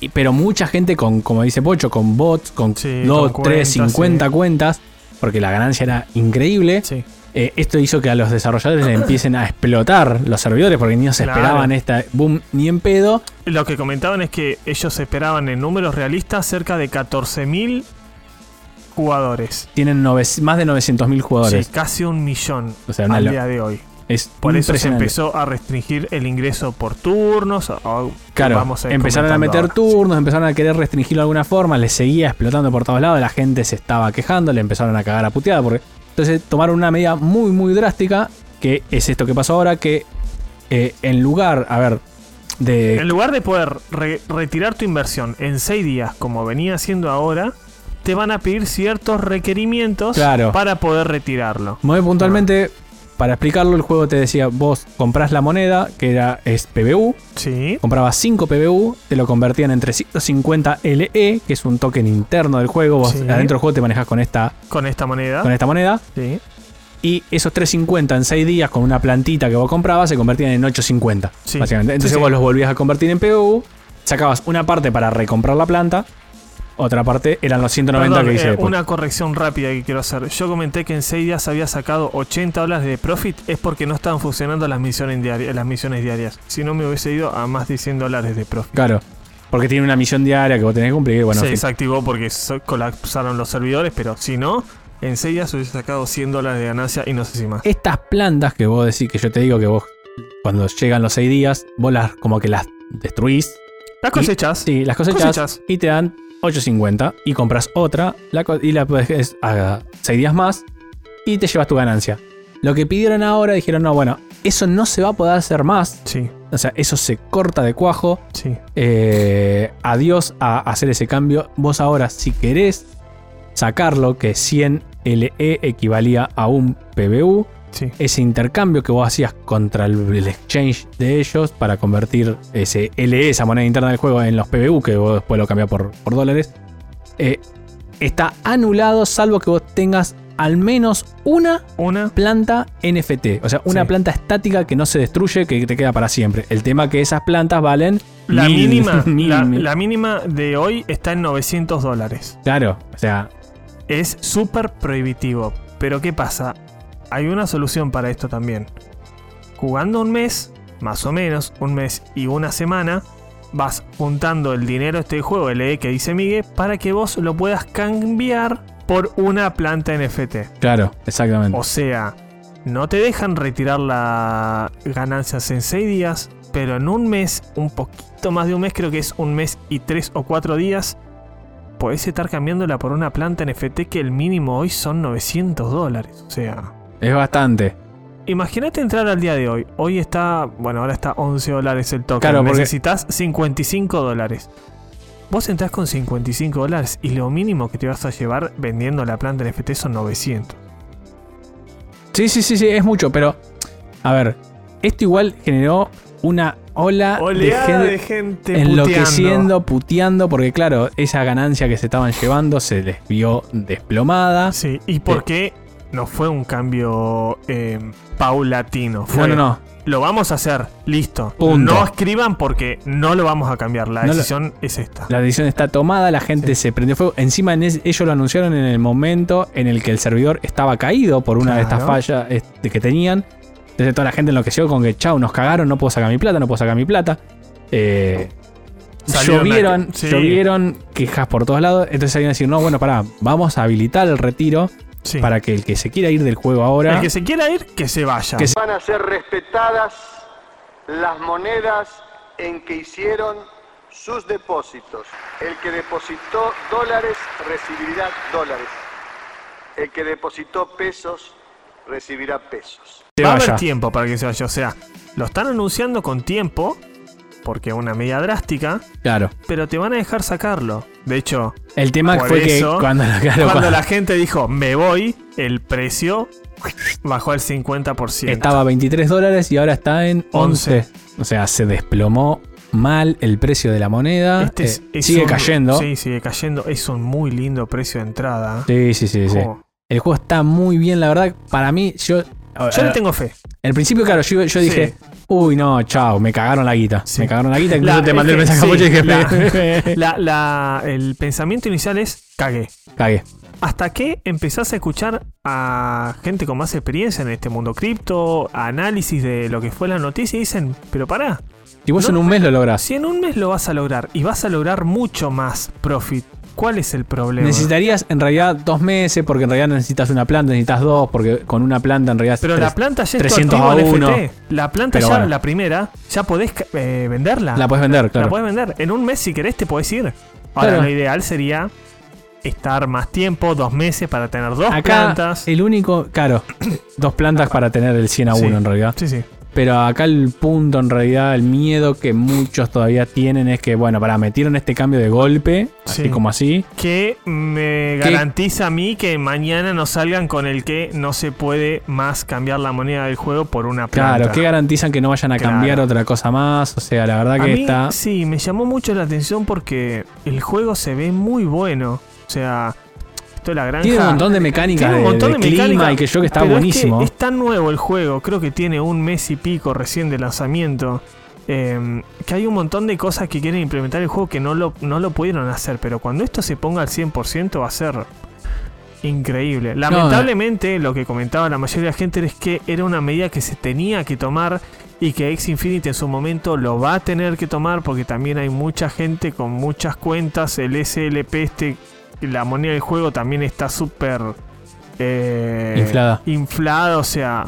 Speaker 1: Y- pero mucha gente con, como dice Pocho, con bots, con
Speaker 2: Sí,
Speaker 1: 2,
Speaker 2: con
Speaker 1: 3,
Speaker 2: cuentas,
Speaker 1: 50 cuentas, porque la ganancia era increíble.
Speaker 2: Sí.
Speaker 1: Eh, esto hizo que a los desarrolladores le empiecen a explotar los servidores, porque ni se
Speaker 2: Claro.
Speaker 1: esperaban esta boom ni en pedo.
Speaker 2: Lo que comentaban es que ellos esperaban en números realistas cerca de 14.000 jugadores.
Speaker 1: Tienen nove- más de 900.000 jugadores.
Speaker 2: Sí, casi un millón
Speaker 1: O sea, una
Speaker 2: al
Speaker 1: lo-
Speaker 2: día de hoy.
Speaker 1: Es
Speaker 2: Por eso se
Speaker 1: impresionante.
Speaker 2: empezó a restringir el ingreso por turnos. o- o-
Speaker 1: Claro,
Speaker 2: vamos ir
Speaker 1: empezaron a
Speaker 2: comentando
Speaker 1: meter
Speaker 2: ahora.
Speaker 1: turnos, empezaron a querer restringirlo de alguna forma, les seguía explotando por todos lados, la gente se estaba quejando, le empezaron a cagar a puteada. Porque... Entonces tomaron una medida muy, muy drástica, que es esto que pasó ahora, que eh, en lugar, a ver, de...
Speaker 2: En lugar de poder re- retirar tu inversión en 6 días, como venía haciendo ahora, te van a pedir ciertos requerimientos
Speaker 1: Claro.
Speaker 2: para poder retirarlo.
Speaker 1: Muy puntualmente, para explicarlo, el juego te decía, vos comprás la moneda, que era es PBU,
Speaker 2: Sí.
Speaker 1: comprabas 5 PBU, te lo convertían en 350 LE, E, que es un token interno del juego, vos
Speaker 2: Sí. Ah.
Speaker 1: adentro del juego te manejás con esta,
Speaker 2: Con esta moneda.
Speaker 1: con e- esta moneda,
Speaker 2: Sí.
Speaker 1: y esos 350 en 6 días con una plantita que vos comprabas se convertían en 850,
Speaker 2: Sí.
Speaker 1: básicamente.
Speaker 2: Sí,
Speaker 1: Entonces
Speaker 2: sí.
Speaker 1: vos los volvías a convertir en PBU, sacabas una parte para recomprar la planta, otra parte eran los 190
Speaker 2: Perdón,
Speaker 1: que hice
Speaker 2: eh,
Speaker 1: después.
Speaker 2: una corrección rápida que quiero hacer. Yo comenté que en 6 días había sacado 80 dólares de profit, es porque no estaban funcionando las misiones diarias. Las misiones diarias. Si no me hubiese ido a más de 100 dólares de profit.
Speaker 1: Claro. Porque tiene una misión diaria que vos tenés que cumplir. Bueno,
Speaker 2: Se
Speaker 1: en fin.
Speaker 2: desactivó porque so- colapsaron los servidores, pero si no, en 6 días hubiese sacado 100 dólares de ganancia y no sé si más.
Speaker 1: estas plantas que vos decís, que yo te digo que vos, cuando llegan los seis días, vos las como que las destruís.
Speaker 2: Las cosechas.
Speaker 1: Sí, las cosechas,
Speaker 2: Cosechas.
Speaker 1: y te dan 8.50 y compras otra la co- y la podés a seis días más y te llevas tu ganancia. Lo que pidieron ahora dijeron, no, bueno, eso no se va a poder hacer más.
Speaker 2: Sí,
Speaker 1: O sea, eso se corta de cuajo.
Speaker 2: sí.
Speaker 1: Eh, adiós a hacer ese cambio. Vos ahora, si querés sacarlo, que 100 LE equivalía a un PBU,
Speaker 2: Sí.
Speaker 1: ese intercambio que vos hacías contra el, el exchange de ellos para convertir ese LE, esa moneda interna del juego, en los PBU, que vos después lo cambiás por, por dólares, eh, está anulado salvo que vos tengas al menos una
Speaker 2: Una.
Speaker 1: planta NFT, o sea, una
Speaker 2: Sí.
Speaker 1: planta estática que no se destruye, que te queda para siempre. El tema que esas plantas valen
Speaker 2: La
Speaker 1: mil,
Speaker 2: mínima,
Speaker 1: mil,
Speaker 2: la,
Speaker 1: mil.
Speaker 2: la mínima de hoy está en 900 dólares.
Speaker 1: Claro, o sea,
Speaker 2: Es súper prohibitivo. Pero ¿qué pasa? Hay una solución para esto también. Jugando un mes, más o menos, un mes y una semana, vas juntando el dinero de este juego LE que dice Miguel para que vos lo puedas cambiar por una planta NFT.
Speaker 1: claro, exactamente.
Speaker 2: O sea, no te dejan retirar las ganancias en 6 días, pero en un mes, un poquito más de un mes, creo que es un mes y 3 o 4 días, podés estar cambiándola por una planta NFT que el mínimo hoy son 900 dólares. O sea,
Speaker 1: Es bastante.
Speaker 2: imagínate entrar al día de hoy. Hoy está, bueno, ahora está 11 dólares el token.
Speaker 1: Claro, porque-
Speaker 2: Necesitas 55 dólares. Vos entrás con 55 dólares y lo mínimo que te vas a llevar vendiendo la planta NFT son 900.
Speaker 1: Sí, sí, sí, sí, es mucho, pero. A ver, esto igual generó una ola
Speaker 2: Oleada
Speaker 1: Ah, de
Speaker 2: de
Speaker 1: gente
Speaker 2: gente
Speaker 1: enloqueciendo, puteando. porque claro, esa ganancia que se estaban llevando se les vio desplomada.
Speaker 2: puteando. Sí, y
Speaker 1: Eh.
Speaker 2: por qué no fue un cambio eh, paulatino.
Speaker 1: No,
Speaker 2: Fue,
Speaker 1: no, no.
Speaker 2: Lo vamos a hacer, listo.
Speaker 1: Punto.
Speaker 2: No escriban porque no lo vamos a cambiar. La
Speaker 1: No lo-
Speaker 2: decisión es esta.
Speaker 1: La decisión está tomada, la gente se prendió fuego. Encima en es- ellos lo anunciaron en el momento en el que el servidor estaba caído por una de estas
Speaker 2: Claro.
Speaker 1: fallas este, que tenían. Entonces toda la gente enloqueció con que, chau, nos cagaron, no puedo sacar mi plata, no puedo sacar mi plata. Eh,
Speaker 2: Salieron
Speaker 1: llovieron,
Speaker 2: a- sí.
Speaker 1: llovieron quejas por todos lados. Entonces salieron a decir, no, bueno, pará, vamos a habilitar el retiro
Speaker 2: Sí.
Speaker 1: para que el que se quiera ir del juego
Speaker 2: El
Speaker 1: ahora...
Speaker 2: que se quiera ir, que se vaya.
Speaker 1: Que se-
Speaker 4: van a ser respetadas las monedas en que hicieron sus depósitos. El que depositó dólares recibirá dólares. El que depositó pesos recibirá pesos.
Speaker 1: se
Speaker 2: Va a
Speaker 1: vaya.
Speaker 2: haber tiempo para que se vaya. O sea, lo están anunciando con tiempo, porque es una medida drástica,
Speaker 1: Claro.
Speaker 2: pero te van a dejar sacarlo. De hecho,
Speaker 1: El tema
Speaker 2: Por
Speaker 1: fue
Speaker 2: eso,
Speaker 1: que cuando, claro,
Speaker 2: cuando
Speaker 1: cuando
Speaker 2: la gente dijo, me voy, el precio bajó al 50%.
Speaker 1: estaba a 23 dólares y ahora está en 11.
Speaker 2: 11.
Speaker 1: O sea, se desplomó mal el precio de la moneda.
Speaker 2: Este es-
Speaker 1: eh,
Speaker 2: es
Speaker 1: sigue
Speaker 2: un-
Speaker 1: cayendo. Sí,
Speaker 2: Sí, sigue cayendo. Es un muy lindo precio de entrada.
Speaker 1: sí, sí, sí.
Speaker 2: Oh.
Speaker 1: El juego está muy bien, la verdad. Para mí, yo.
Speaker 2: Yo
Speaker 1: eh,
Speaker 2: le tengo fe.
Speaker 1: Al principio, claro, yo, yo
Speaker 2: Sí.
Speaker 1: dije. Uy, no, chao, me cagaron la guita.
Speaker 2: Sí.
Speaker 1: Me cagaron la guita.
Speaker 2: La-
Speaker 1: Incluso te mandé el
Speaker 2: es que-
Speaker 1: mensaje a
Speaker 2: sí,
Speaker 1: Pocho y dije, eh.
Speaker 2: la- La- la- el pensamiento inicial es, cagué.
Speaker 1: Cagué.
Speaker 2: Hasta que empezás a escuchar a gente con más experiencia en este mundo cripto, análisis de lo que fue la noticia y dicen, pero pará,
Speaker 1: Y vos
Speaker 2: No,
Speaker 1: en un mes lo lográs.
Speaker 2: si en un mes lo vas a lograr y vas a lograr mucho más profit, ¿cuál es el problema?
Speaker 1: Necesitarías en realidad dos meses, porque en realidad necesitas una planta, necesitas dos, porque con una planta en realidad.
Speaker 2: pero
Speaker 1: tres-
Speaker 2: la planta ya es
Speaker 1: 300
Speaker 2: activo
Speaker 1: a
Speaker 2: en
Speaker 1: uno.
Speaker 2: FT. La planta
Speaker 1: Pero
Speaker 2: ya,
Speaker 1: bueno.
Speaker 2: la primera, ya podés eh, venderla.
Speaker 1: la puedes vender, claro.
Speaker 2: La podés vender. En un mes, si querés, te podés ir. Ahora,
Speaker 1: Claro.
Speaker 2: lo ideal sería estar más tiempo, dos meses, para tener dos
Speaker 1: Acá, eh,
Speaker 2: plantas.
Speaker 1: el único, claro, dos plantas para tener el 100 a 1
Speaker 2: Sí.
Speaker 1: en realidad.
Speaker 2: Sí, sí.
Speaker 1: Pero acá el punto, en realidad, el miedo que muchos todavía tienen es que, bueno, para metieron este cambio de golpe, así
Speaker 2: Sí.
Speaker 1: como así.
Speaker 2: que me
Speaker 1: Que-
Speaker 2: garantiza a mí que mañana no salgan con el que no se puede más cambiar la moneda del juego por una planta.
Speaker 1: Claro, ¿qué garantizan que no vayan a
Speaker 2: Claro.
Speaker 1: cambiar otra cosa más? O sea, la verdad
Speaker 2: a
Speaker 1: que
Speaker 2: mí,
Speaker 1: está.
Speaker 2: sí, me llamó mucho la atención porque el juego se ve muy bueno. O sea, esto de la granja...
Speaker 1: Tiene un montón de mecánicas
Speaker 2: tiene un
Speaker 1: de,
Speaker 2: montón
Speaker 1: de
Speaker 2: de
Speaker 1: clima
Speaker 2: mecánica,
Speaker 1: y que yo que está
Speaker 2: pero es que
Speaker 1: buenísimo.
Speaker 2: Es, tan nuevo el juego, creo que tiene un mes y pico recién de lanzamiento. eh, que hay un montón de cosas que quieren implementar el juego que no lo, no lo pudieron hacer, pero cuando esto se ponga al 100% va a ser increíble. Lamentablemente, lo que comentaba la mayoría de la gente es que era una medida que se tenía que tomar y que X Infinity en su momento lo va a tener que tomar porque también hay mucha gente con muchas cuentas. El SLP, este, la moneda del juego también está súper eh,
Speaker 1: Inflada.
Speaker 2: inflada, o sea,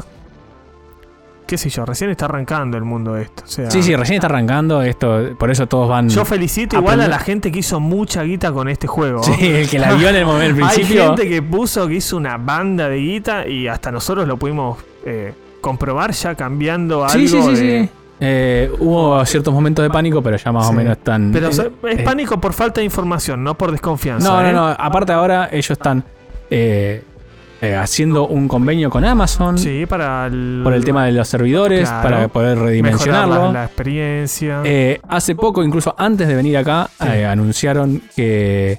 Speaker 2: qué sé yo, recién está arrancando el mundo esto. o sea,
Speaker 1: sí, sí, recién está arrancando esto, por eso todos van.
Speaker 2: Yo felicito
Speaker 1: Aprende-
Speaker 2: igual a la gente que hizo mucha guita con este juego.
Speaker 1: Sí, el que la vio en el momento al
Speaker 2: Hay
Speaker 1: principio.
Speaker 2: gente que puso que hizo una banda de guita y hasta nosotros lo pudimos eh, comprobar ya cambiando
Speaker 1: Sí, sí,
Speaker 2: algo.
Speaker 1: sí,
Speaker 2: de-
Speaker 1: sí. Eh, hubo ciertos momentos de pánico, pero ya más o
Speaker 2: Sí.
Speaker 1: menos están.
Speaker 2: Pero
Speaker 1: eh,
Speaker 2: o sea, es
Speaker 1: eh,
Speaker 2: pánico por falta de información, no por desconfianza.
Speaker 1: No,
Speaker 2: ¿eh?
Speaker 1: no, no. Aparte ahora ellos están eh, eh, haciendo un convenio con Amazon
Speaker 2: Sí, para el,
Speaker 1: por el tema de los servidores,
Speaker 2: Claro.
Speaker 1: para poder
Speaker 2: mejorar
Speaker 1: redimensionarlo.
Speaker 2: la, la experiencia.
Speaker 1: Eh, hace poco, incluso antes de venir acá,
Speaker 2: Sí.
Speaker 1: eh, anunciaron que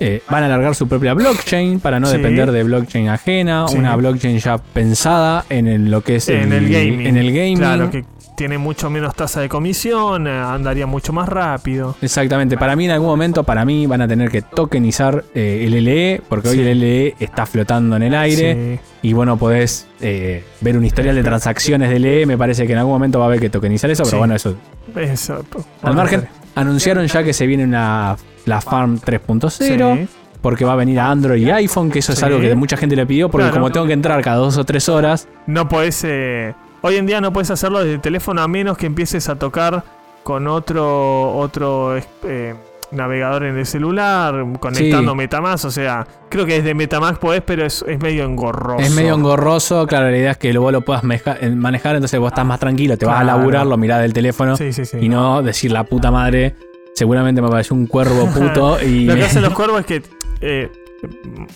Speaker 1: eh, van a alargar su propia blockchain para no
Speaker 2: Sí.
Speaker 1: depender de blockchain ajena,
Speaker 2: Sí.
Speaker 1: una blockchain ya pensada en el- lo que es
Speaker 2: en el, gaming.
Speaker 1: En el gaming.
Speaker 2: Claro, que tiene mucho menos tasa de comisión, eh, andaría mucho más rápido.
Speaker 1: Exactamente, para mí en algún momento, para mí van a tener que tokenizar eh, el LE, porque
Speaker 2: Sí.
Speaker 1: hoy el LE está flotando en el aire. Y bueno, podés eh, ver un historial de transacciones de LE. Me parece que en algún momento va a haber que tokenizar eso, pero
Speaker 2: Sí.
Speaker 1: bueno, eso.
Speaker 2: Sí, eso.
Speaker 1: Al margen, anunciaron ya que se viene una, la Farm 3.0,
Speaker 2: Sí.
Speaker 1: porque va a venir a Android y iPhone, que eso es
Speaker 2: Sí.
Speaker 1: algo que mucha gente le pidió, porque
Speaker 2: Claro.
Speaker 1: como tengo que entrar cada dos o tres horas,
Speaker 2: No podés. eh, hoy en día no puedes hacerlo desde el teléfono a menos que empieces a tocar con otro otro eh, navegador en el celular, conectando
Speaker 1: Sí.
Speaker 2: Metamask. O sea, creo que desde Metamask podés, pero es, es medio engorroso.
Speaker 1: es medio engorroso. Claro, la idea es que vos lo puedas meja- eh, manejar, entonces vos estás más tranquilo, te vas a
Speaker 2: Claro.
Speaker 1: laburar, lo mirás del teléfono
Speaker 2: Sí, sí, sí.
Speaker 1: y no decir la puta madre. Seguramente me pareció un cuervo puto y.
Speaker 2: Lo que
Speaker 1: me-
Speaker 2: hacen los cuervos es que eh,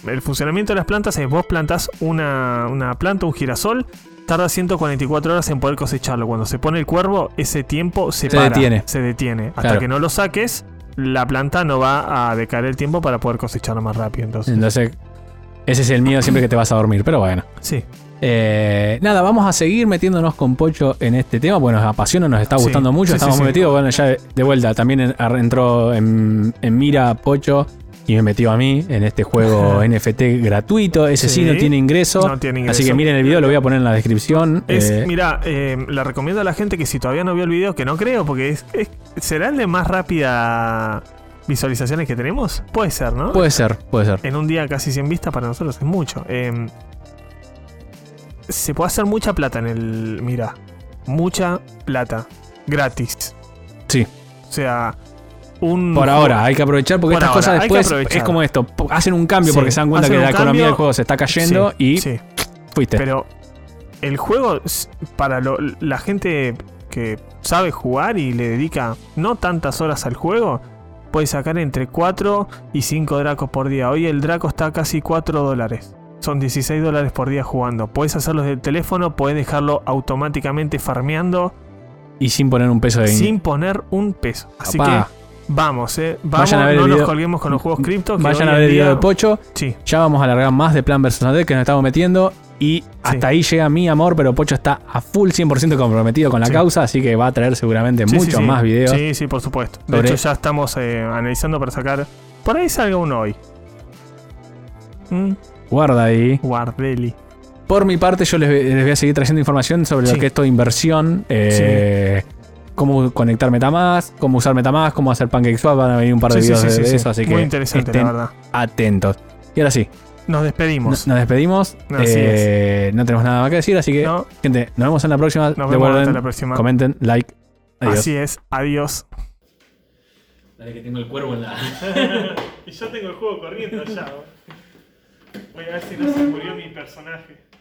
Speaker 2: El funcionamiento de las plantas es vos plantas una, una planta, un girasol, tarda 144 horas en poder cosecharlo. Cuando se pone el cuervo, ese tiempo se,
Speaker 1: Se
Speaker 2: para,
Speaker 1: detiene.
Speaker 2: Se detiene. Hasta
Speaker 1: Claro.
Speaker 2: que no lo saques, la planta no va a decaer el tiempo para poder cosecharlo más rápido. Entonces,
Speaker 1: Entonces, ese es el miedo siempre que te vas a dormir, pero bueno.
Speaker 2: sí.
Speaker 1: Eh, nada, vamos a seguir metiéndonos con Pocho en este tema, porque nos apasiona, nos está
Speaker 2: Sí.
Speaker 1: gustando mucho,
Speaker 2: Sí,
Speaker 1: estamos
Speaker 2: sí,
Speaker 1: muy
Speaker 2: sí.
Speaker 1: metidos. Bueno, ya de- de vuelta, también en- ar- entró en, en mira Pocho y me metió a mí en este juego NFT gratuito. Ese sí,
Speaker 2: Sí.
Speaker 1: no tiene ingreso.
Speaker 2: No tiene
Speaker 1: Así
Speaker 2: ingreso.
Speaker 1: que miren el video, lo voy a poner en la descripción.
Speaker 2: Es,
Speaker 1: Eh,
Speaker 2: mira, le recomiendo a la gente que si todavía no vio el video, que no creo, porque es, es- será el de más rápida visualizaciones que tenemos. Puede ser, ¿no?
Speaker 1: puede ser, puede ser.
Speaker 2: en un día casi 100 vistas para nosotros es mucho. Eh, se puede hacer mucha plata en el. Mira, mucha plata. Gratis.
Speaker 1: Sí.
Speaker 2: O sea, un.
Speaker 1: Por ahora, hay que aprovechar porque
Speaker 2: Por
Speaker 1: estas
Speaker 2: ahora,
Speaker 1: cosas
Speaker 2: hay que
Speaker 1: después
Speaker 2: aprovechar.
Speaker 1: es como esto, po- hacen un cambio
Speaker 2: Sí,
Speaker 1: porque se dan cuenta
Speaker 2: hacen
Speaker 1: que la
Speaker 2: un
Speaker 1: economía
Speaker 2: cambio.
Speaker 1: del juego se está cayendo
Speaker 2: Sí,
Speaker 1: y
Speaker 2: sí,
Speaker 1: fuiste.
Speaker 2: pero el juego, s- para lo- la gente que sabe jugar y le dedica no tantas horas al juego, puede sacar entre 4 y 5 dracos por día. Hoy el draco está a casi 4 dólares. Son 16 dólares por día jugando. Puedes hacerlo desde el teléfono, puedes dejarlo automáticamente farmeando
Speaker 1: y sin poner un peso de
Speaker 2: sin poner un peso. Así
Speaker 1: Papá.
Speaker 2: que vamos, eh. Vamos,
Speaker 1: Vayan a ver
Speaker 2: no
Speaker 1: el
Speaker 2: nos
Speaker 1: video.
Speaker 2: colguemos con los juegos cripto. que
Speaker 1: Vayan a
Speaker 2: hoy en
Speaker 1: ver el video
Speaker 2: día-
Speaker 1: de Pocho.
Speaker 2: Sí,
Speaker 1: Ya vamos a alargar más de Plan versus Undead que nos estamos metiendo. Y hasta ahí llega mi amor, pero Pocho está a full 100% comprometido con la
Speaker 2: Sí.
Speaker 1: causa, así que va a traer seguramente
Speaker 2: Sí, sí,
Speaker 1: muchos
Speaker 2: sí.
Speaker 1: más videos.
Speaker 2: Sí, sí, por supuesto. De
Speaker 1: Sobre-
Speaker 2: hecho, ya estamos eh, analizando para sacar. Por ahí salga uno hoy. Mm,
Speaker 1: Guarda ahí.
Speaker 2: Guardeli.
Speaker 1: Por mi parte, yo les, les voy a seguir trayendo información sobre
Speaker 2: Sí.
Speaker 1: lo que es toda inversión. eh, Cómo conectar MetaMask, cómo usar MetaMask, cómo hacer PancakeSwap. Van a venir un par de
Speaker 2: Sí, sí,
Speaker 1: videos
Speaker 2: sí,
Speaker 1: de,
Speaker 2: sí,
Speaker 1: de
Speaker 2: sí.
Speaker 1: eso, así que
Speaker 2: Muy interesante,
Speaker 1: estén
Speaker 2: la verdad.
Speaker 1: atentos. Y ahora sí,
Speaker 2: Nos
Speaker 1: no-
Speaker 2: despedimos.
Speaker 1: nos despedimos.
Speaker 2: Así
Speaker 1: eh, No tenemos nada más que decir, así que,
Speaker 2: No,
Speaker 1: gente, nos vemos en la próxima.
Speaker 2: nos vemos
Speaker 1: Recuerden,
Speaker 2: hasta la próxima.
Speaker 1: comenten, like. Adiós.
Speaker 2: Así es. Adiós.
Speaker 1: Dale que tengo el cuervo en la.
Speaker 2: Y ya tengo el juego corriendo allá. Voy a ver si no se murió mi personaje.